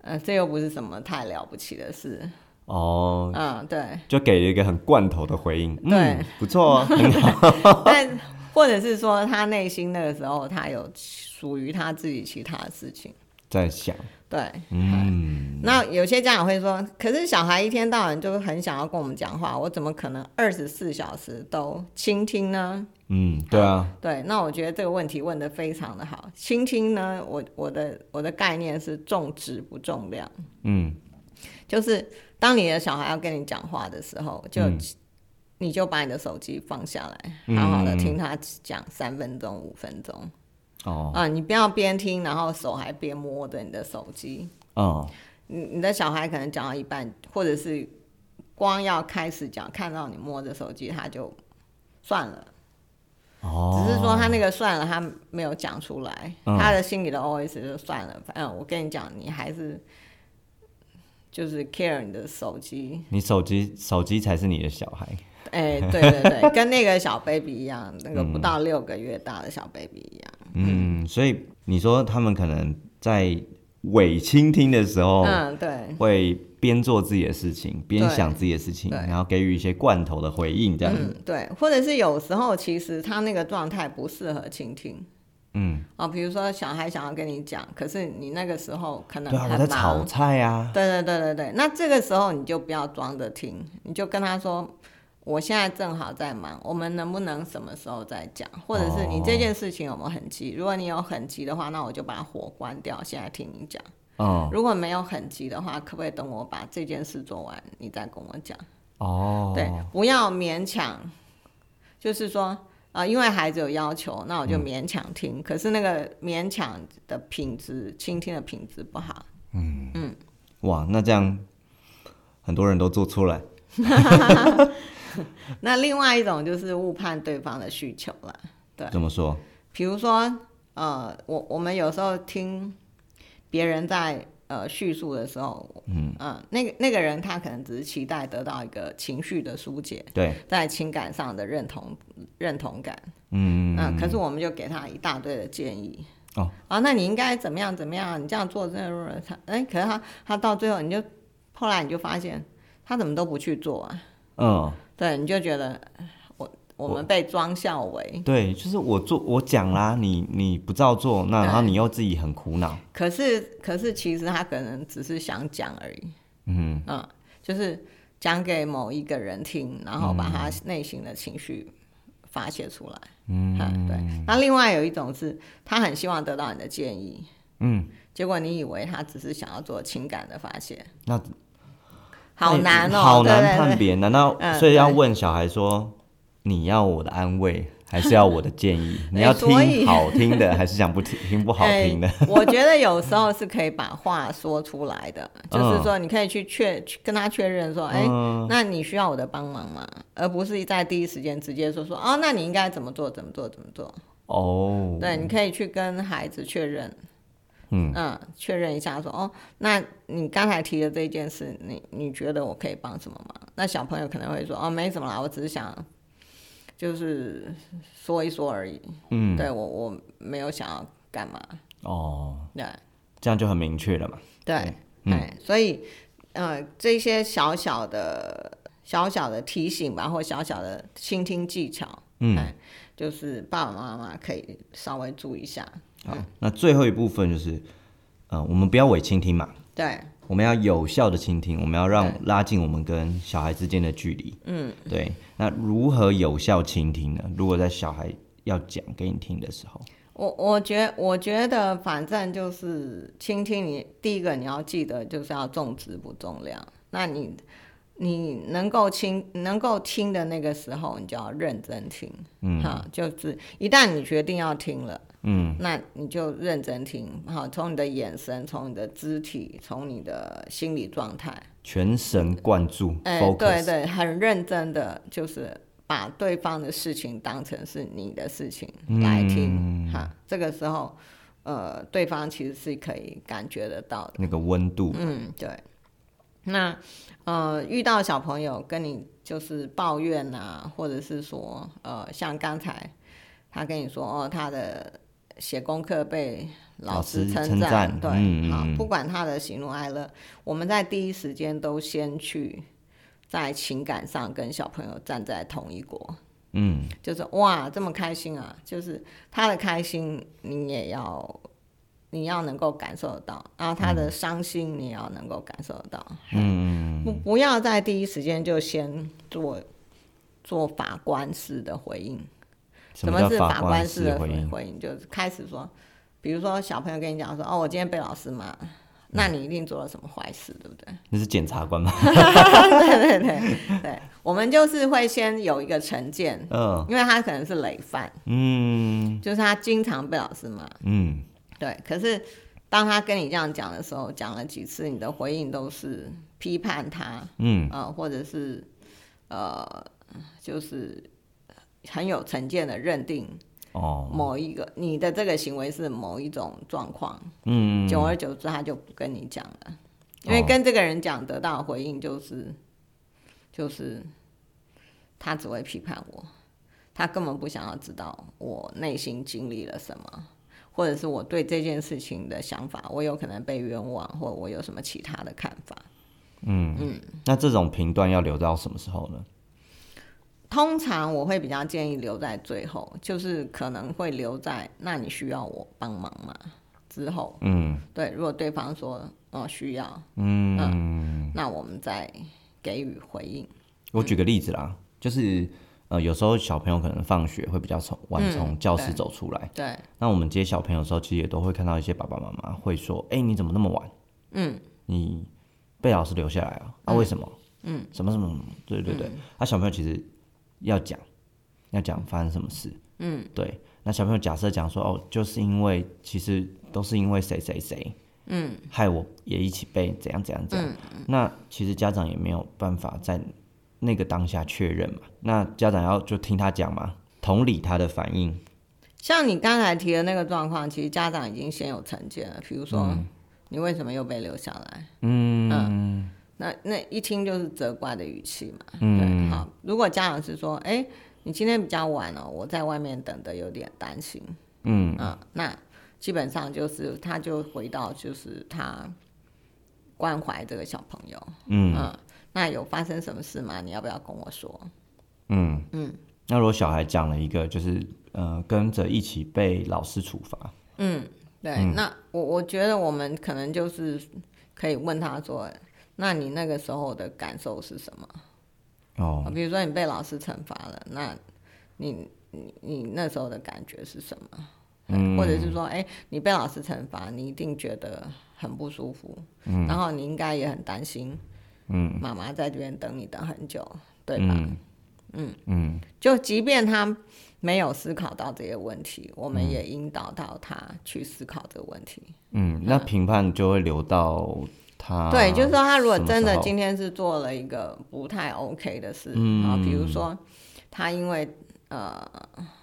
Speaker 2: 呃这又不是什么太了不起的事，
Speaker 1: 哦，
Speaker 2: 嗯，对，
Speaker 1: 就给了一个很罐头的回应，嗯
Speaker 2: 对，
Speaker 1: 不错哦， [LAUGHS] 很好，
Speaker 2: [LAUGHS] 但或者是说他内心那个时候他有属于他自己其他的事情，
Speaker 1: 在想，
Speaker 2: 对，
Speaker 1: 嗯，
Speaker 2: 那有些家长会说，可是小孩一天到晚就很想要跟我们讲话，我怎么可能二十四小时都倾听呢？
Speaker 1: 嗯，对啊，
Speaker 2: 对，那我觉得这个问题问得非常的好。倾听呢，我我的我的概念是重质不重量，
Speaker 1: 嗯，
Speaker 2: 就是当你的小孩要跟你讲话的时候，就、
Speaker 1: 嗯
Speaker 2: 你就把你的手机放下
Speaker 1: 嗯
Speaker 2: 来，好好的听他讲三分钟、五分钟啊、
Speaker 1: 哦，
Speaker 2: 你不要边听，然后手还边摸着你的手机。
Speaker 1: 哦，
Speaker 2: 你你的小孩可能讲到一半，或者是光要开始讲，看到你摸着手机，他就算了。
Speaker 1: 哦，
Speaker 2: 只是说他那个算了，他没有讲出来，
Speaker 1: 嗯
Speaker 2: 他的心里的 OS 就算了。反正我跟你讲，你还是就是 care 你的手机。
Speaker 1: 你手机手机才是你的小孩，
Speaker 2: 哎、对对
Speaker 1: [LAUGHS]
Speaker 2: 对，跟那个小 baby 一样，那个不到六个月大的小 baby 一样。
Speaker 1: 嗯，所以你说他们可能在伪倾听的时候，
Speaker 2: 嗯，对
Speaker 1: 会边做自己的事情，边
Speaker 2: 对
Speaker 1: 想自己的事情，
Speaker 2: 对
Speaker 1: 然后给予一些罐头的回应，这样子，
Speaker 2: 嗯对，或者是有时候其实他那个状态不适合倾听。
Speaker 1: 嗯，
Speaker 2: 哦，比如说小孩想要跟你讲，可是你那个时候可能
Speaker 1: 对啊，我
Speaker 2: 很
Speaker 1: 在炒
Speaker 2: 忙，
Speaker 1: 菜啊，
Speaker 2: 对对对对对，那这个时候你就不要装着听，你就跟他说，我现在正好在忙，我们能不能什么时候再讲？或者是你
Speaker 1: 哦
Speaker 2: 这件事情有没有很急？如果你有很急的话，那我就把火关掉，现在听你讲；
Speaker 1: 哦
Speaker 2: 如果没有很急的话，可不可以等我把这件事做完，你再跟我讲？
Speaker 1: 哦，
Speaker 2: 对，不要勉强，就是说，呃，因为孩子有要求，那
Speaker 1: 嗯
Speaker 2: 我就勉强听。可是那个勉强的品质，倾听的品质不好。
Speaker 1: 哇，那这样很多人都做错了，
Speaker 2: 那另外一种就是误判对方的需求了。对
Speaker 1: 怎么说？
Speaker 2: 比如说，呃，我我们有时候听别人在呃叙述的时候，嗯、呃、那个那个人他可能只是期待得到一个情绪的疏解，
Speaker 1: 对，
Speaker 2: 在情感上的认同认同感。
Speaker 1: 嗯，
Speaker 2: 嗯，可是我们就给他一大堆的建议。
Speaker 1: 哦，
Speaker 2: 啊，那你应该怎么样怎么样？你这样做真的，他哎，可是他他到最后，你就后来你就发现他怎么都不去做啊？
Speaker 1: 嗯，
Speaker 2: 对，你就觉得哎我我们被装孝为，
Speaker 1: 对，就是我做我讲啦，你你不照做，那然后
Speaker 2: 对
Speaker 1: 你又自己很苦恼，
Speaker 2: 可是可是其实他可能只是想讲而已，
Speaker 1: 嗯，
Speaker 2: 嗯，就是讲给某一个人听，然后把他内心的情绪发泄出来。
Speaker 1: 嗯
Speaker 2: 对。那另外有一种是，他很希望得到你的建议，
Speaker 1: 嗯，
Speaker 2: 结果你以为他只是想要做情感的发泄，
Speaker 1: 那
Speaker 2: 好难哦、
Speaker 1: 哎好
Speaker 2: 对
Speaker 1: 难
Speaker 2: 对
Speaker 1: 判
Speaker 2: 对
Speaker 1: 别。难道
Speaker 2: 嗯
Speaker 1: 所以要
Speaker 2: 对
Speaker 1: 问小孩说，你要我的安慰，还是要我的建议？你
Speaker 2: 哎
Speaker 1: 要
Speaker 2: 所以
Speaker 1: 听好听的，还是想不听听不好听的？ [LAUGHS]
Speaker 2: 哎我觉得有时候是可以把话说出来的，就是说你可以去确去跟他确认说，哎、
Speaker 1: 嗯
Speaker 2: 那你需要我的帮忙吗？而不是在第一时间直接说说，哦，那你应该怎么做，怎么做，怎么做。
Speaker 1: 哦，
Speaker 2: 对，你可以去跟孩子确认，
Speaker 1: 嗯
Speaker 2: 确认一下说，哦，那你刚才提的这件事，你你觉得我可以帮什么忙？那小朋友可能会说，哦，没什么啦，我只是想就是说一说而已，
Speaker 1: 嗯，
Speaker 2: 对我我没有想要干嘛，
Speaker 1: 哦，
Speaker 2: 对
Speaker 1: 这样就很明确了嘛。
Speaker 2: 对，
Speaker 1: 嗯
Speaker 2: 哎，所以呃，这些小小的小小的提醒吧，或小小的倾听技巧，
Speaker 1: 嗯，
Speaker 2: 哎就是爸爸妈妈可以稍微注意一下，
Speaker 1: 好，那最后一部分就是，呃，我们不要伪倾听嘛，
Speaker 2: 对。
Speaker 1: 我们要有效的倾听，我们要让
Speaker 2: 对
Speaker 1: 拉近我们跟小孩之间的距离。嗯，对。那如何有效倾听呢？如果在小孩要讲给你听的时候，
Speaker 2: 我我觉我觉得，反正就是倾听你。第一个你要记得，就是要重质不重量。那你你能够听能够听的那个时候，你就要认真听。嗯，哈，就是一旦你决定要听了，
Speaker 1: 嗯，
Speaker 2: 那你就认真听。好，从你的眼神，从你的肢体，从你的心理状态，
Speaker 1: 全神贯注、
Speaker 2: 哎、
Speaker 1: f o c u
Speaker 2: 对
Speaker 1: s
Speaker 2: 对，很认真的，就是把对方的事情当成是你的事情来听、哈。这个时候，呃，对方其实是可以感觉得到的。
Speaker 1: 那个温度，
Speaker 2: 嗯，对。那呃，遇到小朋友跟你就是抱怨啊，或者是说呃，像刚才他跟你说哦，他的写功课被老
Speaker 1: 老
Speaker 2: 师
Speaker 1: 师
Speaker 2: 称
Speaker 1: 称赞
Speaker 2: 对，
Speaker 1: 嗯嗯
Speaker 2: 好，
Speaker 1: 嗯
Speaker 2: 不管他的喜怒哀乐，我们在第一时间都先去在情感上跟小朋友站在同一国，
Speaker 1: 嗯，
Speaker 2: 就是哇这么开心啊，就是他的开心你也要。你要能够感受得到，然后他
Speaker 1: 嗯
Speaker 2: 的伤心你也要能够感受得到，嗯，不不要在第一时间就先做做法官式的回应，
Speaker 1: 什
Speaker 2: 什
Speaker 1: 么
Speaker 2: 么
Speaker 1: 叫
Speaker 2: 是
Speaker 1: 法
Speaker 2: 法
Speaker 1: 官
Speaker 2: 官式
Speaker 1: 式
Speaker 2: 的
Speaker 1: 回应？
Speaker 2: 回应？就是开始说，比如说小朋友跟你讲说，哦，我今天被老师骂，
Speaker 1: 嗯
Speaker 2: 那你一定做了什么坏事，对不对？
Speaker 1: 那是检察官吗？ [LAUGHS]
Speaker 2: 对对对对，我们就是会先有一个成见，
Speaker 1: 嗯
Speaker 2: 因为他可能是累犯，
Speaker 1: 嗯
Speaker 2: 就是他经常被老师骂，
Speaker 1: 嗯，
Speaker 2: 对。可是当他跟你这样讲的时候，讲了几次，你的回应都是批判他，
Speaker 1: 嗯，
Speaker 2: 呃，或者是呃，就是很有成见的认定。
Speaker 1: 哦，
Speaker 2: 某一个你的这个行为是某一种状况，
Speaker 1: 嗯
Speaker 2: 久而久之他就不跟你讲了，因为
Speaker 1: 哦
Speaker 2: 跟这个人讲得到的回应就是，就是他只会批判我，他根本不想要知道我内心经历了什么，或者是我对这件事情的想法，我有可能被冤枉，或我有什么其他的看法。
Speaker 1: 那这种评断要留到什么时候呢？
Speaker 2: 通常我会比较建议留在最后，就是可能会留在那你需要我帮忙吗？之后，
Speaker 1: 嗯
Speaker 2: 对，如果对方说哦需要，
Speaker 1: 嗯。
Speaker 2: 那我们再给予回应。
Speaker 1: 我举个例子啦，就是呃，有时候小朋友可能放学会比较从晚从教室
Speaker 2: 嗯对
Speaker 1: 走出来，
Speaker 2: 对，
Speaker 1: 那我们接小朋友的时候，其实也都会看到一些爸爸妈妈会说：“哎、你怎么那么晚？
Speaker 2: 嗯，
Speaker 1: 你被老师留下来啊？啊，为什么？嗯，什么什么什么？对对对。那、小朋友其实要讲，要讲发生什么事。嗯，对。那小朋友假设讲说：“哦，就是因为其实都是因为谁谁谁，嗯，害我也一起被怎样怎样怎样。那其实家长也没有办法在那个当下确认嘛。那家长要就听他讲嘛，同理他的反应。
Speaker 2: 像你刚才提的那个状况，其实家长已经先有成见了，比如说、
Speaker 1: 嗯
Speaker 2: 你为什么又被留下来？嗯那那一听就是责怪的语气嘛。
Speaker 1: 嗯
Speaker 2: 对，好，如果家长是说，哎、你今天比较晚哦，我在外面等的有点担心。
Speaker 1: 嗯
Speaker 2: 嗯，那基本上就是他就回到就是他关怀这个小朋友。
Speaker 1: 嗯
Speaker 2: 那有发生什么事吗？你要不要跟我说？
Speaker 1: 嗯，那如果小孩讲了一个，就是呃，跟着一起被老师处罚，
Speaker 2: 对，
Speaker 1: 嗯
Speaker 2: 那我我觉得我们可能就是可以问他说，那你那个时候的感受是什么？
Speaker 1: 哦，
Speaker 2: 比如说你被老师惩罚了，那你你你那时候的感觉是什么？
Speaker 1: 嗯
Speaker 2: 或者是说，哎、你被老师惩罚，你一定觉得很不舒服，
Speaker 1: 嗯
Speaker 2: 然后你应该也很担心，嗯，妈妈在这边等你等很久，对吧？
Speaker 1: 嗯嗯
Speaker 2: 就即便他没有思考到这些问题，我们也引导到他去思考这个问题。
Speaker 1: 嗯，那评判就会留到他
Speaker 2: 对，就是说他如果
Speaker 1: 啊什么
Speaker 2: 真的
Speaker 1: 时候嗯
Speaker 2: 今天是做了一个不太 OK 的事，啊，比如说他因为呃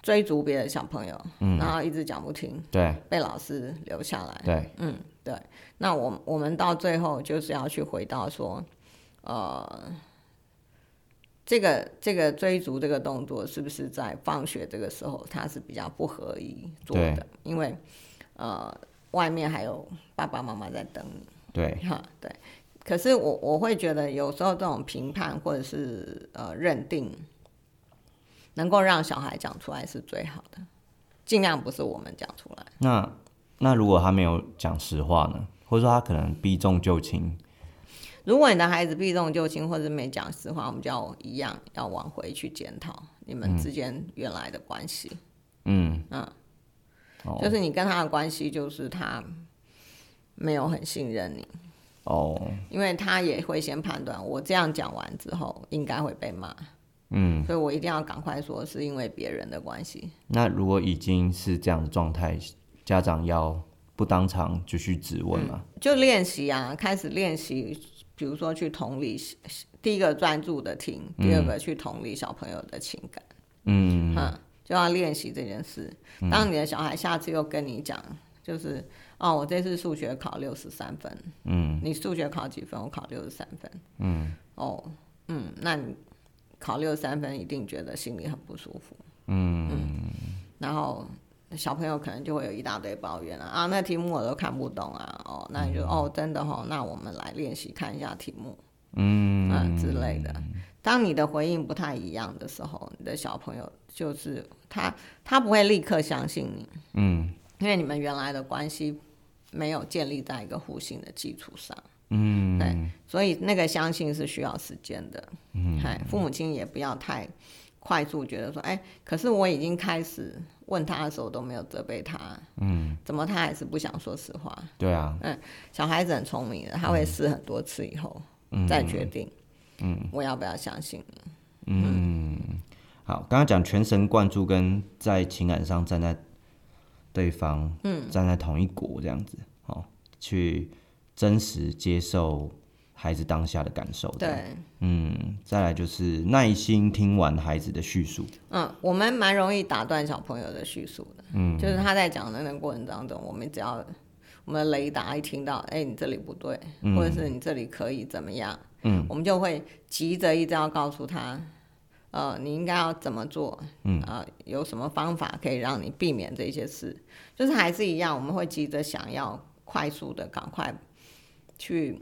Speaker 2: 追逐别的小朋友，
Speaker 1: 嗯
Speaker 2: 然后一直讲不听，
Speaker 1: 对
Speaker 2: 被老师留下来。
Speaker 1: 对
Speaker 2: 嗯，对。那我我们到最后就是要去回到说，呃，这个这个追逐这个动作是不是在放学这个时候它是比较不合宜做的
Speaker 1: 对？
Speaker 2: 因为呃，外面还有爸爸妈妈在等你
Speaker 1: 对，
Speaker 2: 哈， [LAUGHS] 对。可是我我会觉得有时候这种评判或者是呃认定，能够让小孩讲出来是最好的，尽量不是我们讲出来。
Speaker 1: 那那如果他没有讲实话呢，或者说他可能避重就轻，
Speaker 2: 如果你的孩子避重就轻，或者没讲实话，我们就要一样要往回去检讨你们之间原来的关系。
Speaker 1: 嗯
Speaker 2: 嗯，
Speaker 1: 哦
Speaker 2: 就是你跟他的关系，就是他没有很信任你，
Speaker 1: 哦，
Speaker 2: 因为他也会先判断我这样讲完之后应该会被骂，
Speaker 1: 嗯，
Speaker 2: 所以我一定要赶快说是因为别人的关系。
Speaker 1: 那如果已经是这样的状态，家长要不当场就去质问嘛，
Speaker 2: 就练习啊，开始练习，比如说去同理，第一个专注的听，第二个去同理小朋友的情感，嗯就要练习这件事。当你的小孩下次又跟你讲，就是哦，我这次数学考六十三分，嗯，你数学考几分？我考六十三分，嗯，哦，嗯，那你嗯考六十三分一定觉得心里很不舒服，嗯然后小朋友可能就会有一大堆抱怨啊，啊，那题目我都看不懂啊，哦，那你就、哦，真的哦，那我们来练习看一下题目，嗯之类的。当你的回应不太一样的时候，你的小朋友就是他，他不会立刻相信你，
Speaker 1: 嗯
Speaker 2: 因为你们原来的关系没有建立在一个互信的基础上，
Speaker 1: 嗯，
Speaker 2: 对，所以那个相信是需要时间的。嗯，父母亲也不要太快速觉得说，哎，可是我已经开始问他的时候都没有责备他，嗯，怎么他还是不想说实话？
Speaker 1: 对啊，
Speaker 2: 小孩子很聪明的，他会试很多次以后、
Speaker 1: 嗯
Speaker 2: 再决定，嗯，我要不要相信你？
Speaker 1: 好，刚刚讲全神贯注跟在情感上站在对方，嗯，站在同一国这样子，好，去真实接受孩子当下的感受，这样，
Speaker 2: 对，
Speaker 1: 嗯，再来就是耐心听完孩子的叙述，
Speaker 2: 嗯，我们蛮容易打断小朋友的叙述的，嗯，就是他在讲的那个过程当中，我们只要我们的雷达一听到，哎、你这里不对，或者是你这里可以怎么样，嗯，我们就会急着一直要告诉他，呃，你应该要怎么做，嗯，呃，有什么方法可以让你避免这些事，就是还是一样，我们会急着想要快速的赶快去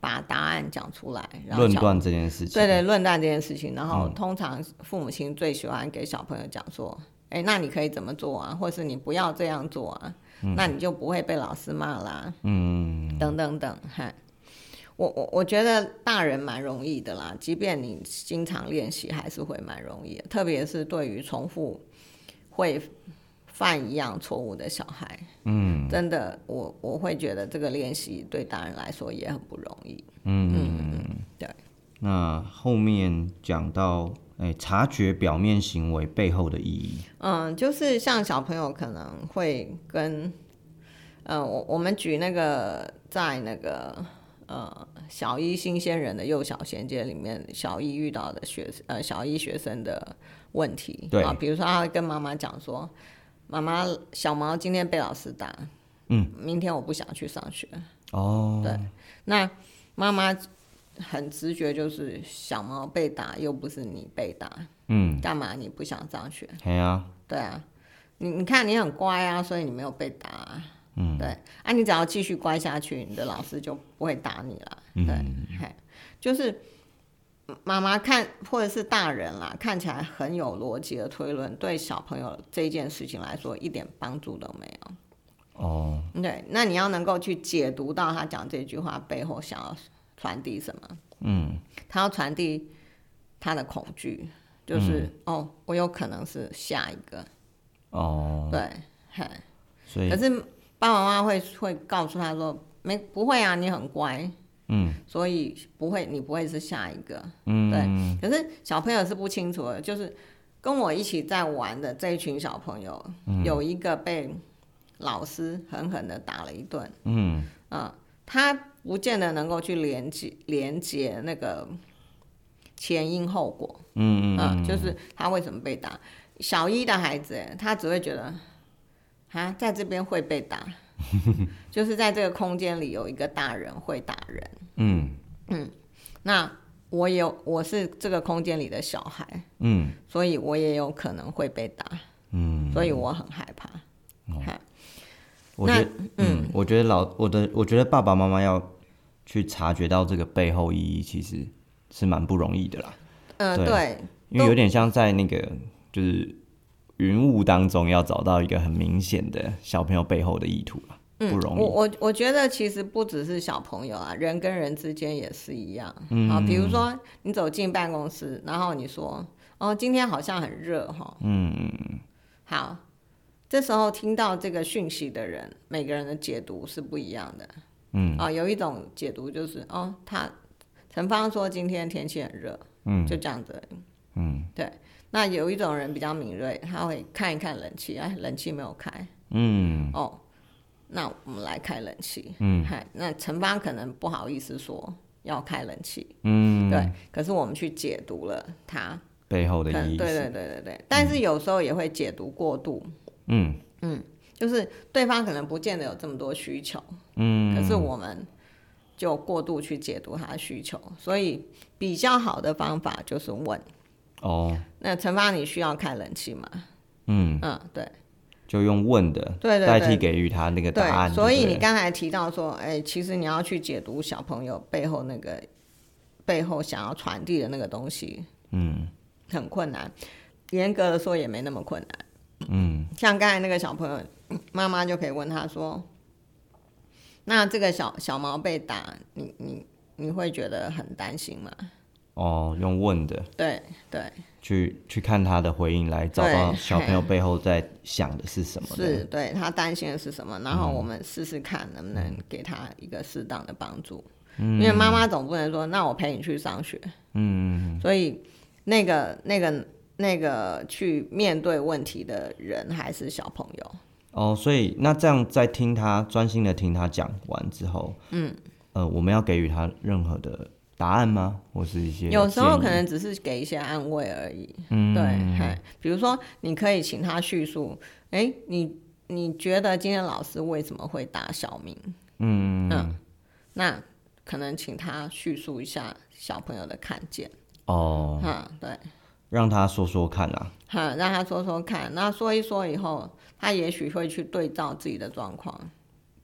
Speaker 2: 把答案讲出来，然后
Speaker 1: 论
Speaker 2: 小
Speaker 1: 断这件事情，
Speaker 2: 对对，论断这件事情，然后通常父母亲最喜欢给小朋友讲说：“哎、那你可以怎么做啊？或是你不要这样做啊？那你就不会被老师骂啦。”嗯，等等等，哈。我我我觉得大人蛮容易的啦，即便你经常练习，还是会蛮容易的。特别是对于重复会犯一样错误的小孩，嗯，真的，我我会觉得这个练习对大人来说也很不容易。
Speaker 1: 嗯
Speaker 2: 嗯
Speaker 1: 那后面讲到，哎、察觉表面行为背后的意义。
Speaker 2: 嗯，就是像小朋友可能会跟，呃，我我们举那个在那个呃小一新鲜人的幼小衔接里面，小一遇到的学呃小一学生的问题，
Speaker 1: 对
Speaker 2: 啊，比如说他会跟妈妈讲说，妈妈小毛今天被老师打，嗯，明天我不想去上学，
Speaker 1: 哦，
Speaker 2: 对那妈妈很直觉就是小毛被打又不是你被打，
Speaker 1: 嗯，
Speaker 2: 干嘛你不想上学？
Speaker 1: 嘿啊，
Speaker 2: 对啊，你你看你很乖啊，所以你没有被打、啊。嗯，对啊，你只要继续乖下去，你的老师就不会打你了。对，嘿就是妈妈看或者是大人啦，看起来很有逻辑的推论，对小朋友这件事情来说一点帮助都没有。
Speaker 1: 哦，
Speaker 2: 对，那你要能够去解读到他讲这句话背后想要传递什么。
Speaker 1: 嗯，
Speaker 2: 他要传递他的恐惧，就是、哦，我有可能是下一个。
Speaker 1: 哦，
Speaker 2: 对，嘿。
Speaker 1: 所以
Speaker 2: 可是爸爸妈妈会会告诉他说，没不会啊，你很乖，
Speaker 1: 嗯，
Speaker 2: 所以不会，你不会是下一个。
Speaker 1: 嗯，
Speaker 2: 可是小朋友是不清楚的，就是跟我一起在玩的这一群小朋友，
Speaker 1: 嗯
Speaker 2: 有一个被老师狠狠的打了一顿，
Speaker 1: 嗯，
Speaker 2: 啊、他不见得能够去连接连接那个前因后果，
Speaker 1: 嗯嗯，
Speaker 2: 嗯，就是他为什么被打。小一的孩子，他只会觉得，啊，在这边会
Speaker 1: [LAUGHS]
Speaker 2: 被打，就是在这个空间里有一个大人会打人。
Speaker 1: 嗯
Speaker 2: 那我有，我是这个空间里的小孩，
Speaker 1: 嗯
Speaker 2: 所以我也有可能会被打，
Speaker 1: 嗯，
Speaker 2: 所以我很害怕。
Speaker 1: 哦
Speaker 2: 嗨
Speaker 1: 我
Speaker 2: 那
Speaker 1: 觉得，嗯，我觉得老我的，我觉得爸爸妈妈要去察觉到这个背后意义，其实是蛮不容易的啦，
Speaker 2: 嗯、
Speaker 1: 对
Speaker 2: 对，
Speaker 1: 因为有点像在那个就是云雾当中要找到一个很明显的小朋友背后的意图啦，不容
Speaker 2: 嗯我
Speaker 1: 易。
Speaker 2: 我我觉得其实不只是小朋友啊，人跟人之间也是一样、啊。比如说你走进办公室，然后你说：“哦，今天好像很热哈。”嗯，好，这时候听到这个讯息的人，每个人的解读是不一样的。嗯，啊、有一种解读就是哦，他陈芳说今天天气很热，嗯，就这样子而已。嗯，对。那有一种人比较敏锐，他会看一看冷气，哎，冷气没有开，
Speaker 1: 嗯
Speaker 2: 哦，那我们来开冷气。嗯，嗨，那陈芳可能不好意思说要开冷气，
Speaker 1: 嗯，
Speaker 2: 对，可是我们去解读了它，
Speaker 1: 背后
Speaker 2: 可
Speaker 1: 的意
Speaker 2: 能
Speaker 1: 义
Speaker 2: 对对
Speaker 1: 是，
Speaker 2: 对对对，但是有时候也会解读过度，
Speaker 1: 嗯
Speaker 2: 就是对方可能不见得有这么多需求，
Speaker 1: 嗯，
Speaker 2: 可是我们。就过度去解读他的需求，所以比较好的方法就是问：
Speaker 1: 哦，
Speaker 2: 那陈芳，你需要开冷气吗？
Speaker 1: 嗯，
Speaker 2: 嗯，对，
Speaker 1: 就用问的
Speaker 2: 对对
Speaker 1: 代
Speaker 2: 对
Speaker 1: 替给予他那个答案。
Speaker 2: 对，所以
Speaker 1: 对不
Speaker 2: 你
Speaker 1: 对
Speaker 2: 刚才提到说，哎，其实你要去解读小朋友背后那个背后想要传递的那个东西，
Speaker 1: 嗯
Speaker 2: 很困难。严格的说，也没那么困难。
Speaker 1: 嗯
Speaker 2: 像刚才那个小朋友，妈妈就可以问他说：“那这个小小毛被打，你你你会觉得很担心吗
Speaker 1: 哦，用问的？”
Speaker 2: 对对，
Speaker 1: 去去看他的回应，来找
Speaker 2: 对
Speaker 1: 到小朋友背后在想的是什么的。
Speaker 2: 是对他担心的是什么，然后我们试试看能不能给他一个适当的帮助。因为妈妈总不能说，那我陪你去上学，
Speaker 1: 嗯，
Speaker 2: 所以那个那个那个去面对问题的人还是小朋友。
Speaker 1: 哦，所以那这样在听他专心的听他讲完之后，嗯，呃，我们要给予他任何的答案吗？或是一些
Speaker 2: 有时候
Speaker 1: 建议
Speaker 2: 可能只是给一些安慰而已。
Speaker 1: 嗯
Speaker 2: 对，嘿比如说你可以请他叙述，哎，你你觉得今天老师为什么会打小明？
Speaker 1: 嗯
Speaker 2: 嗯，那可能请他叙述一下小朋友的看见。
Speaker 1: 哦，
Speaker 2: 哈、对，
Speaker 1: 让他说说看啦。
Speaker 2: 哈、让他说说看，那说一说以后，他也许会去对照自己的状况。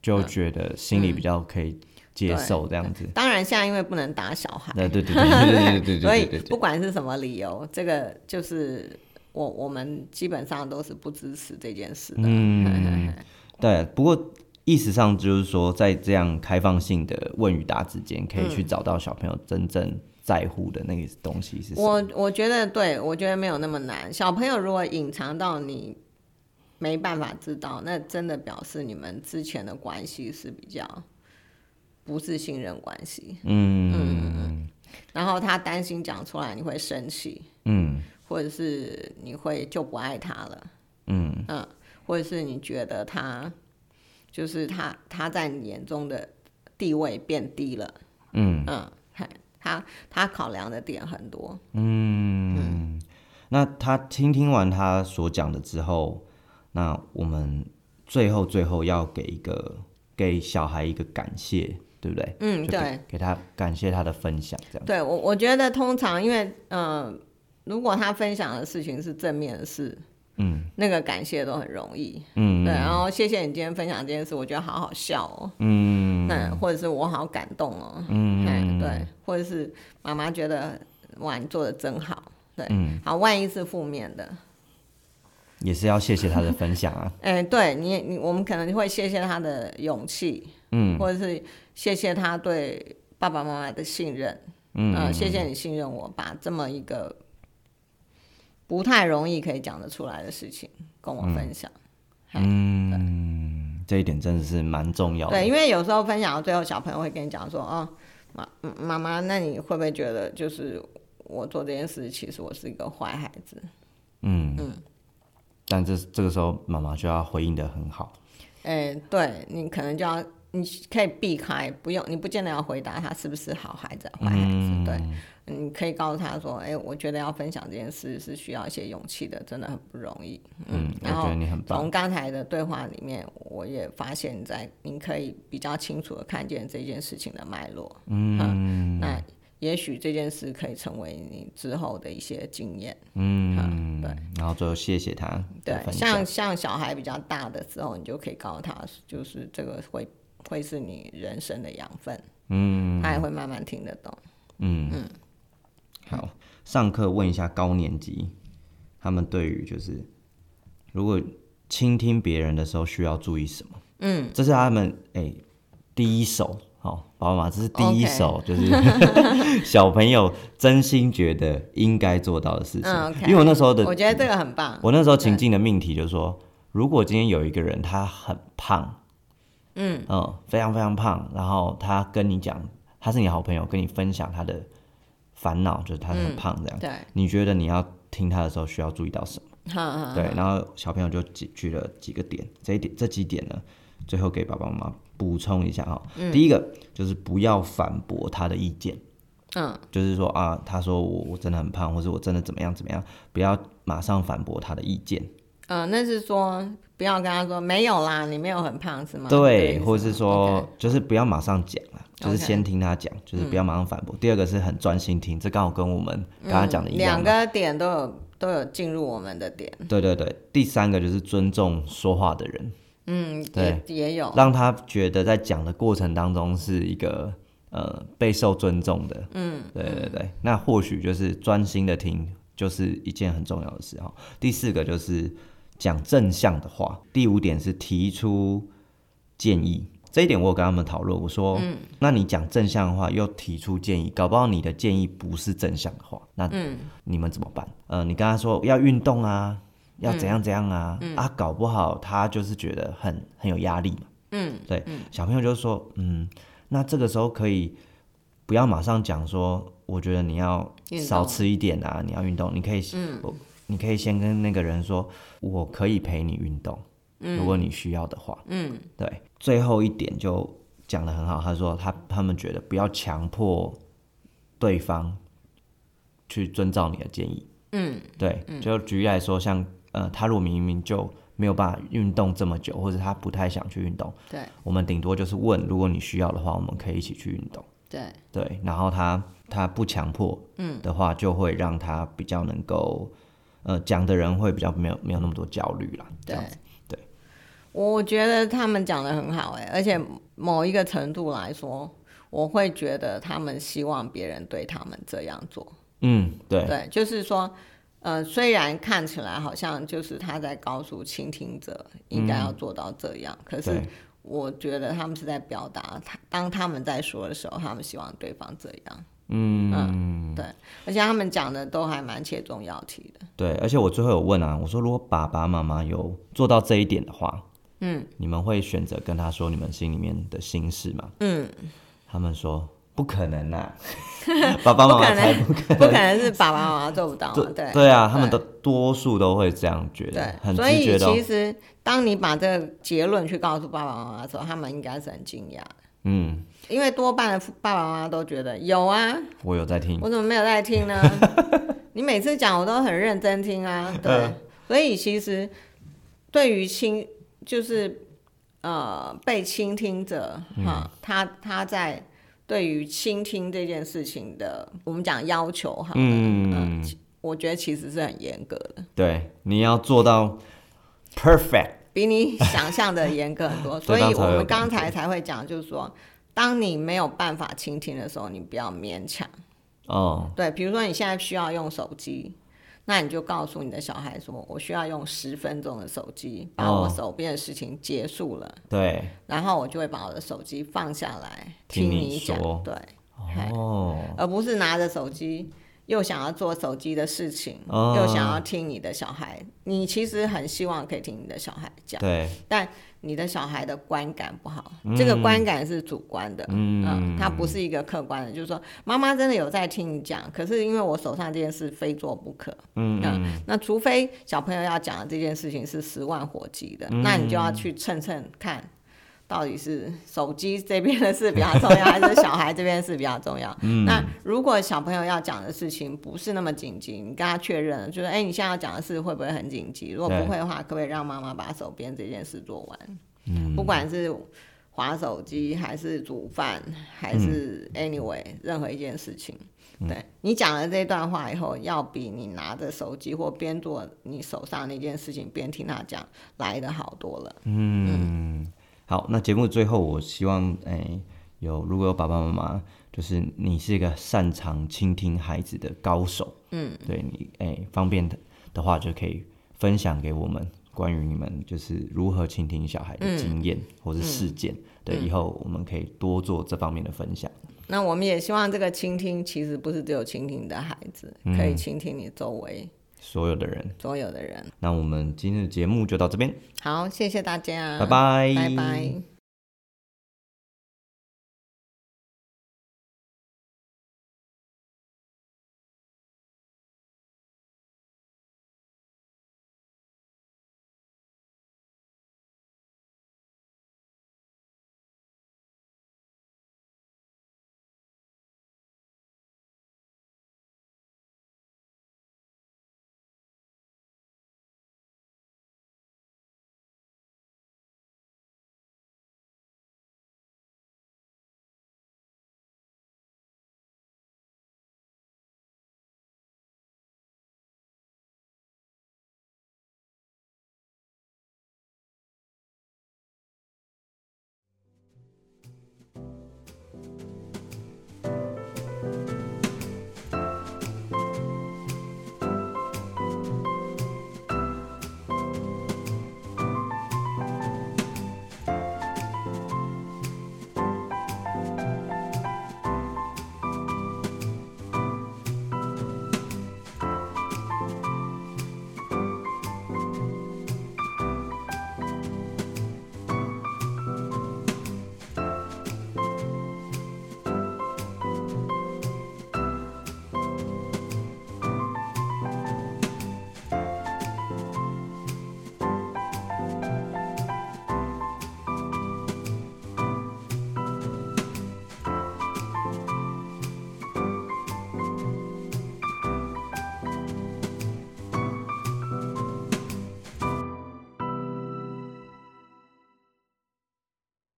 Speaker 1: 就觉得心里比较可以接受这样子。
Speaker 2: 当然，现在因为不能打小孩，
Speaker 1: 对对对对对对对
Speaker 2: 所
Speaker 1: 对
Speaker 2: 以
Speaker 1: 对
Speaker 2: 不
Speaker 1: 对，
Speaker 2: 管是什么理由，这个就是我我们基本上都是不支持这件事的。 [LAUGHS]
Speaker 1: 嗯，对。不过意识上就是说，在这样开放性的问与答之间，可以去找到小朋友真正在乎的那个东西是什么。
Speaker 2: 我我觉得对，我觉得没有那么难。小朋友如果隐藏到你没办法知道，那真的表示你们之前的关系是比较不是信任关系。
Speaker 1: 嗯
Speaker 2: 然后他担心讲出来你会生气，
Speaker 1: 嗯
Speaker 2: 或者是你会就不爱他了。
Speaker 1: 嗯
Speaker 2: 嗯，或者是你觉得他就是他他在你眼中的地位变低了，
Speaker 1: 嗯
Speaker 2: 嗯，嘿他他考量的点很多，
Speaker 1: 嗯。那他听听完他所讲的之后，那我们最后最后要给一个给小孩一个感谢，对不对？
Speaker 2: 嗯，
Speaker 1: 就给
Speaker 2: 对，
Speaker 1: 给他感谢他的分享，这样。
Speaker 2: 对我我觉得通常因为嗯、呃如果他分享的事情是正面的事，
Speaker 1: 嗯
Speaker 2: 那个感谢都很容易，
Speaker 1: 嗯
Speaker 2: 对，然后谢谢你今天分享这件事，我觉得好好笑哦，
Speaker 1: 嗯
Speaker 2: 嗯，或者是我好感动哦，嗯，
Speaker 1: 嗯
Speaker 2: 对，或者是妈妈觉得哇你做的真好，对，
Speaker 1: 嗯，
Speaker 2: 好，万一是负面的，
Speaker 1: 也是要谢谢他的分享啊。
Speaker 2: 哎、对你，你我们可能会谢谢他的勇气，
Speaker 1: 嗯
Speaker 2: 或者是谢谢他对爸爸妈妈的信任，
Speaker 1: 嗯
Speaker 2: 呃谢谢你信任我，把这么一个不太容易可以讲得出来的事情跟我分享。
Speaker 1: 嗯，这一点真的是蛮重要
Speaker 2: 对，
Speaker 1: 的。
Speaker 2: 因为有时候分享到最后，小朋友会跟你讲说，哦，妈嗯妈妈，那你会不会觉得就是我做这件事，其实我是一个坏孩子？
Speaker 1: 嗯但这这个时候妈妈就要回应的很好。
Speaker 2: 哎、对你可能就要，你可以避开，不用，你不见得要回答他是不是好孩子、坏孩子，对，
Speaker 1: 嗯
Speaker 2: 嗯你可以告诉他说，哎、我觉得要分享这件事是需要一些勇气的，真的很不容易。
Speaker 1: 嗯，我
Speaker 2: 然后
Speaker 1: 觉得你很棒。
Speaker 2: 从刚才的对话里面，我也发现在你可以比较清楚的看见这件事情的脉络，
Speaker 1: 嗯
Speaker 2: 那也许这件事可以成为你之后的一些经验。
Speaker 1: 嗯，
Speaker 2: 对。
Speaker 1: 然后最后谢谢他
Speaker 2: 对
Speaker 1: 的，分享
Speaker 2: 像。像小孩比较大的时候，你就可以告诉他，就是这个会会是你人生的养分，
Speaker 1: 嗯
Speaker 2: 他也会慢慢听得懂。
Speaker 1: 嗯，好，上课问一下高年级，他们对于就是如果倾听别人的时候需要注意什么？嗯，这是他们哎、第一手。好，宝马，这是第一
Speaker 2: OK
Speaker 1: 手就是 [LAUGHS] 小朋友真心觉得应该做到的事情。
Speaker 2: 嗯，OK
Speaker 1: 因为我那时候的
Speaker 2: 我觉得这个很棒。
Speaker 1: 我那时候情境的命题就是说，如果今天有一个人他很胖，嗯非常非常胖，然后他跟你讲他是你好朋友，跟你分享他的烦恼，就是他很胖这样，
Speaker 2: 对，
Speaker 1: 你觉得你要听他的时候需要注意到什么？
Speaker 2: 哈哈，
Speaker 1: 对，然后小朋友就举举了几个点，这一点这几点呢，最后给爸爸妈妈补充一下哈、第一个就是不要反驳他的意见。
Speaker 2: 嗯
Speaker 1: 就是说啊，他说我我真的很胖，或者我真的怎么样怎么样，不要马上反驳他的意见。
Speaker 2: 呃，那是说不要跟他说没有啦，你没有很胖嗯是吗？
Speaker 1: 对，
Speaker 2: 吗
Speaker 1: 或者是说
Speaker 2: OK
Speaker 1: 就是不要马上讲啊，就是
Speaker 2: OK 嗯
Speaker 1: 先听他讲，就是不要马上反驳。第二个是很专心听，这刚好跟我们刚刚讲的
Speaker 2: 嗯
Speaker 1: 一样嘛。
Speaker 2: 两个点都有都有进入我们的点，
Speaker 1: 对对对，第三个就是尊重说话的人，
Speaker 2: 嗯，
Speaker 1: 对
Speaker 2: 也也有，
Speaker 1: 让他觉得在讲的过程当中是一个呃备受尊重的。嗯，对对对，那或许就是专心的听，就是一件很重要的事哈。第四个就是讲正向的话，第五点是提出建议。这一点我有跟他们讨论，我说，那你讲正向的话，又提出建议，搞不好你的建议不是正向的话，那
Speaker 2: 嗯
Speaker 1: 你们怎么办？呃，你跟他说要运动啊，要怎样怎样啊，啊，搞不好他就是觉得很很有压力嘛。嗯，对，小朋友就说，嗯，那这个时候可以不要马上讲说，我觉得你要
Speaker 2: 运动
Speaker 1: 少吃一点啊，你要运动，你可以，嗯，你可以先跟那个人说，我可以陪你运动，如果你需要的话。
Speaker 2: 嗯
Speaker 1: 对，最后一点就讲的很好，他说他他们觉得不要强迫对方去遵照你的建议。
Speaker 2: 嗯
Speaker 1: 对，就举例来说，像呃，他如果明明就没有办法运动这么久，或者他不太想去运动，
Speaker 2: 对
Speaker 1: 我们顶多就是问，如果你需要的话，我们可以一起去运动。
Speaker 2: 对，
Speaker 1: 对，然后他他不强迫，嗯的话，就会让他比较能够，呃，讲的人会比较没有没有那么多焦虑啦。这
Speaker 2: 对
Speaker 1: 样子，对，
Speaker 2: 我觉得他们讲的很好哎、而且某一个程度来说，我会觉得他们希望别人对他们这样做。
Speaker 1: 嗯，对，
Speaker 2: 对，就是说，呃，虽然看起来好像就是他在告诉倾听者应该要做到这样，可是
Speaker 1: 对
Speaker 2: 我觉得他们是在表达他当他们在说的时候，他们希望对方这样。嗯对，而且他们讲的都还蛮切中要题的。
Speaker 1: 对，而且我最后有问啊，我说如果爸爸妈妈有做到这一点的话，嗯，你们会选择跟他说你们心里面的心事吗？嗯，他们说不可能啦、爸爸妈
Speaker 2: 不
Speaker 1: 妈
Speaker 2: 可
Speaker 1: 才
Speaker 2: 能
Speaker 1: 哦不可
Speaker 2: 不可能是爸爸妈妈做不到嘛？
Speaker 1: 能，[LAUGHS]
Speaker 2: 对
Speaker 1: 对啊，他们都多数都会这样觉得，
Speaker 2: 对，
Speaker 1: 很直
Speaker 2: 所以
Speaker 1: 觉的哦、
Speaker 2: 其实当你把这个结论去告诉爸爸妈妈的时候，他们应该是很惊讶的，
Speaker 1: 嗯，
Speaker 2: 因为多半的父爸爸妈妈都觉得有啊，
Speaker 1: 我有在听，
Speaker 2: 我怎么没有在听呢？ [LAUGHS] 你每次讲我都很认真听啊，对，
Speaker 1: 嗯
Speaker 2: 所以其实对于倾就是呃被倾听者
Speaker 1: 嗯
Speaker 2: 哈、他他在对于倾听这件事情的，我们讲要求哈，
Speaker 1: 嗯，
Speaker 2: 我觉得其实是很严格的，
Speaker 1: 对，你要做到 perfect，
Speaker 2: 比你想象的严格很多，所以
Speaker 1: [LAUGHS] 对
Speaker 2: 我们
Speaker 1: 刚
Speaker 2: 刚
Speaker 1: 才
Speaker 2: 才才会讲，就是说，当你没有办法倾听的时候，你不要勉强。
Speaker 1: 哦，
Speaker 2: 对，比如说你现在需要用手机，那你就告诉你的小孩说：“我需要用十分钟的手机，把我
Speaker 1: 哦
Speaker 2: 手边的事情结束了，
Speaker 1: 对，
Speaker 2: 然后我就会把我的手机放下来
Speaker 1: 听你
Speaker 2: 你讲。
Speaker 1: 说
Speaker 2: 对，嘿
Speaker 1: 哦，
Speaker 2: 而不是拿着手机又想要做手机的事情，
Speaker 1: 哦
Speaker 2: 又想要听你的小孩。你其实很希望可以听你的小孩讲，
Speaker 1: 对，
Speaker 2: 但你的小孩的观感不好，这个观感是主观的，嗯，它不是一个客观的，就是说妈妈真的有在听你讲，可是因为我手上这件事非做不可，嗯那除非小朋友要讲的这件事情是十万火急的，那你就要去称称看。到底是手机这边的事比较重要，还是小孩这边的事比较重 [LAUGHS] 要？那如果小朋友要讲的事情不是那么紧急，你跟他确认了，就是哎、你现在要讲的事会不会很紧急？如果
Speaker 1: 对
Speaker 2: 不会的话，可不可以让妈妈把手边这件事做完？不管是划手机，还是煮饭，还是 anyway、任何一件事情。
Speaker 1: 嗯
Speaker 2: 对你讲了这段话以后，要比你拿着手机或边做你手上那件事情边听他讲来的好多了。
Speaker 1: 嗯好，那节目最后，我希望诶、哎有如果有爸爸妈妈，就是你是一个擅长倾听孩子的高手，嗯，对你诶、哎方便的的话，就可以分享给我们关于你们就是如何倾听小孩的经验、或是事件，对，以后我们可以多做这方面的分享。
Speaker 2: 那我们也希望这个倾听其实不是只有倾听你的孩子，可以倾听你周围
Speaker 1: 所有的人，
Speaker 2: 所有的人。
Speaker 1: 那我们今天的节目就到这边，
Speaker 2: 好，谢谢大
Speaker 1: 嗯
Speaker 2: 家，
Speaker 1: 拜拜，
Speaker 2: 拜拜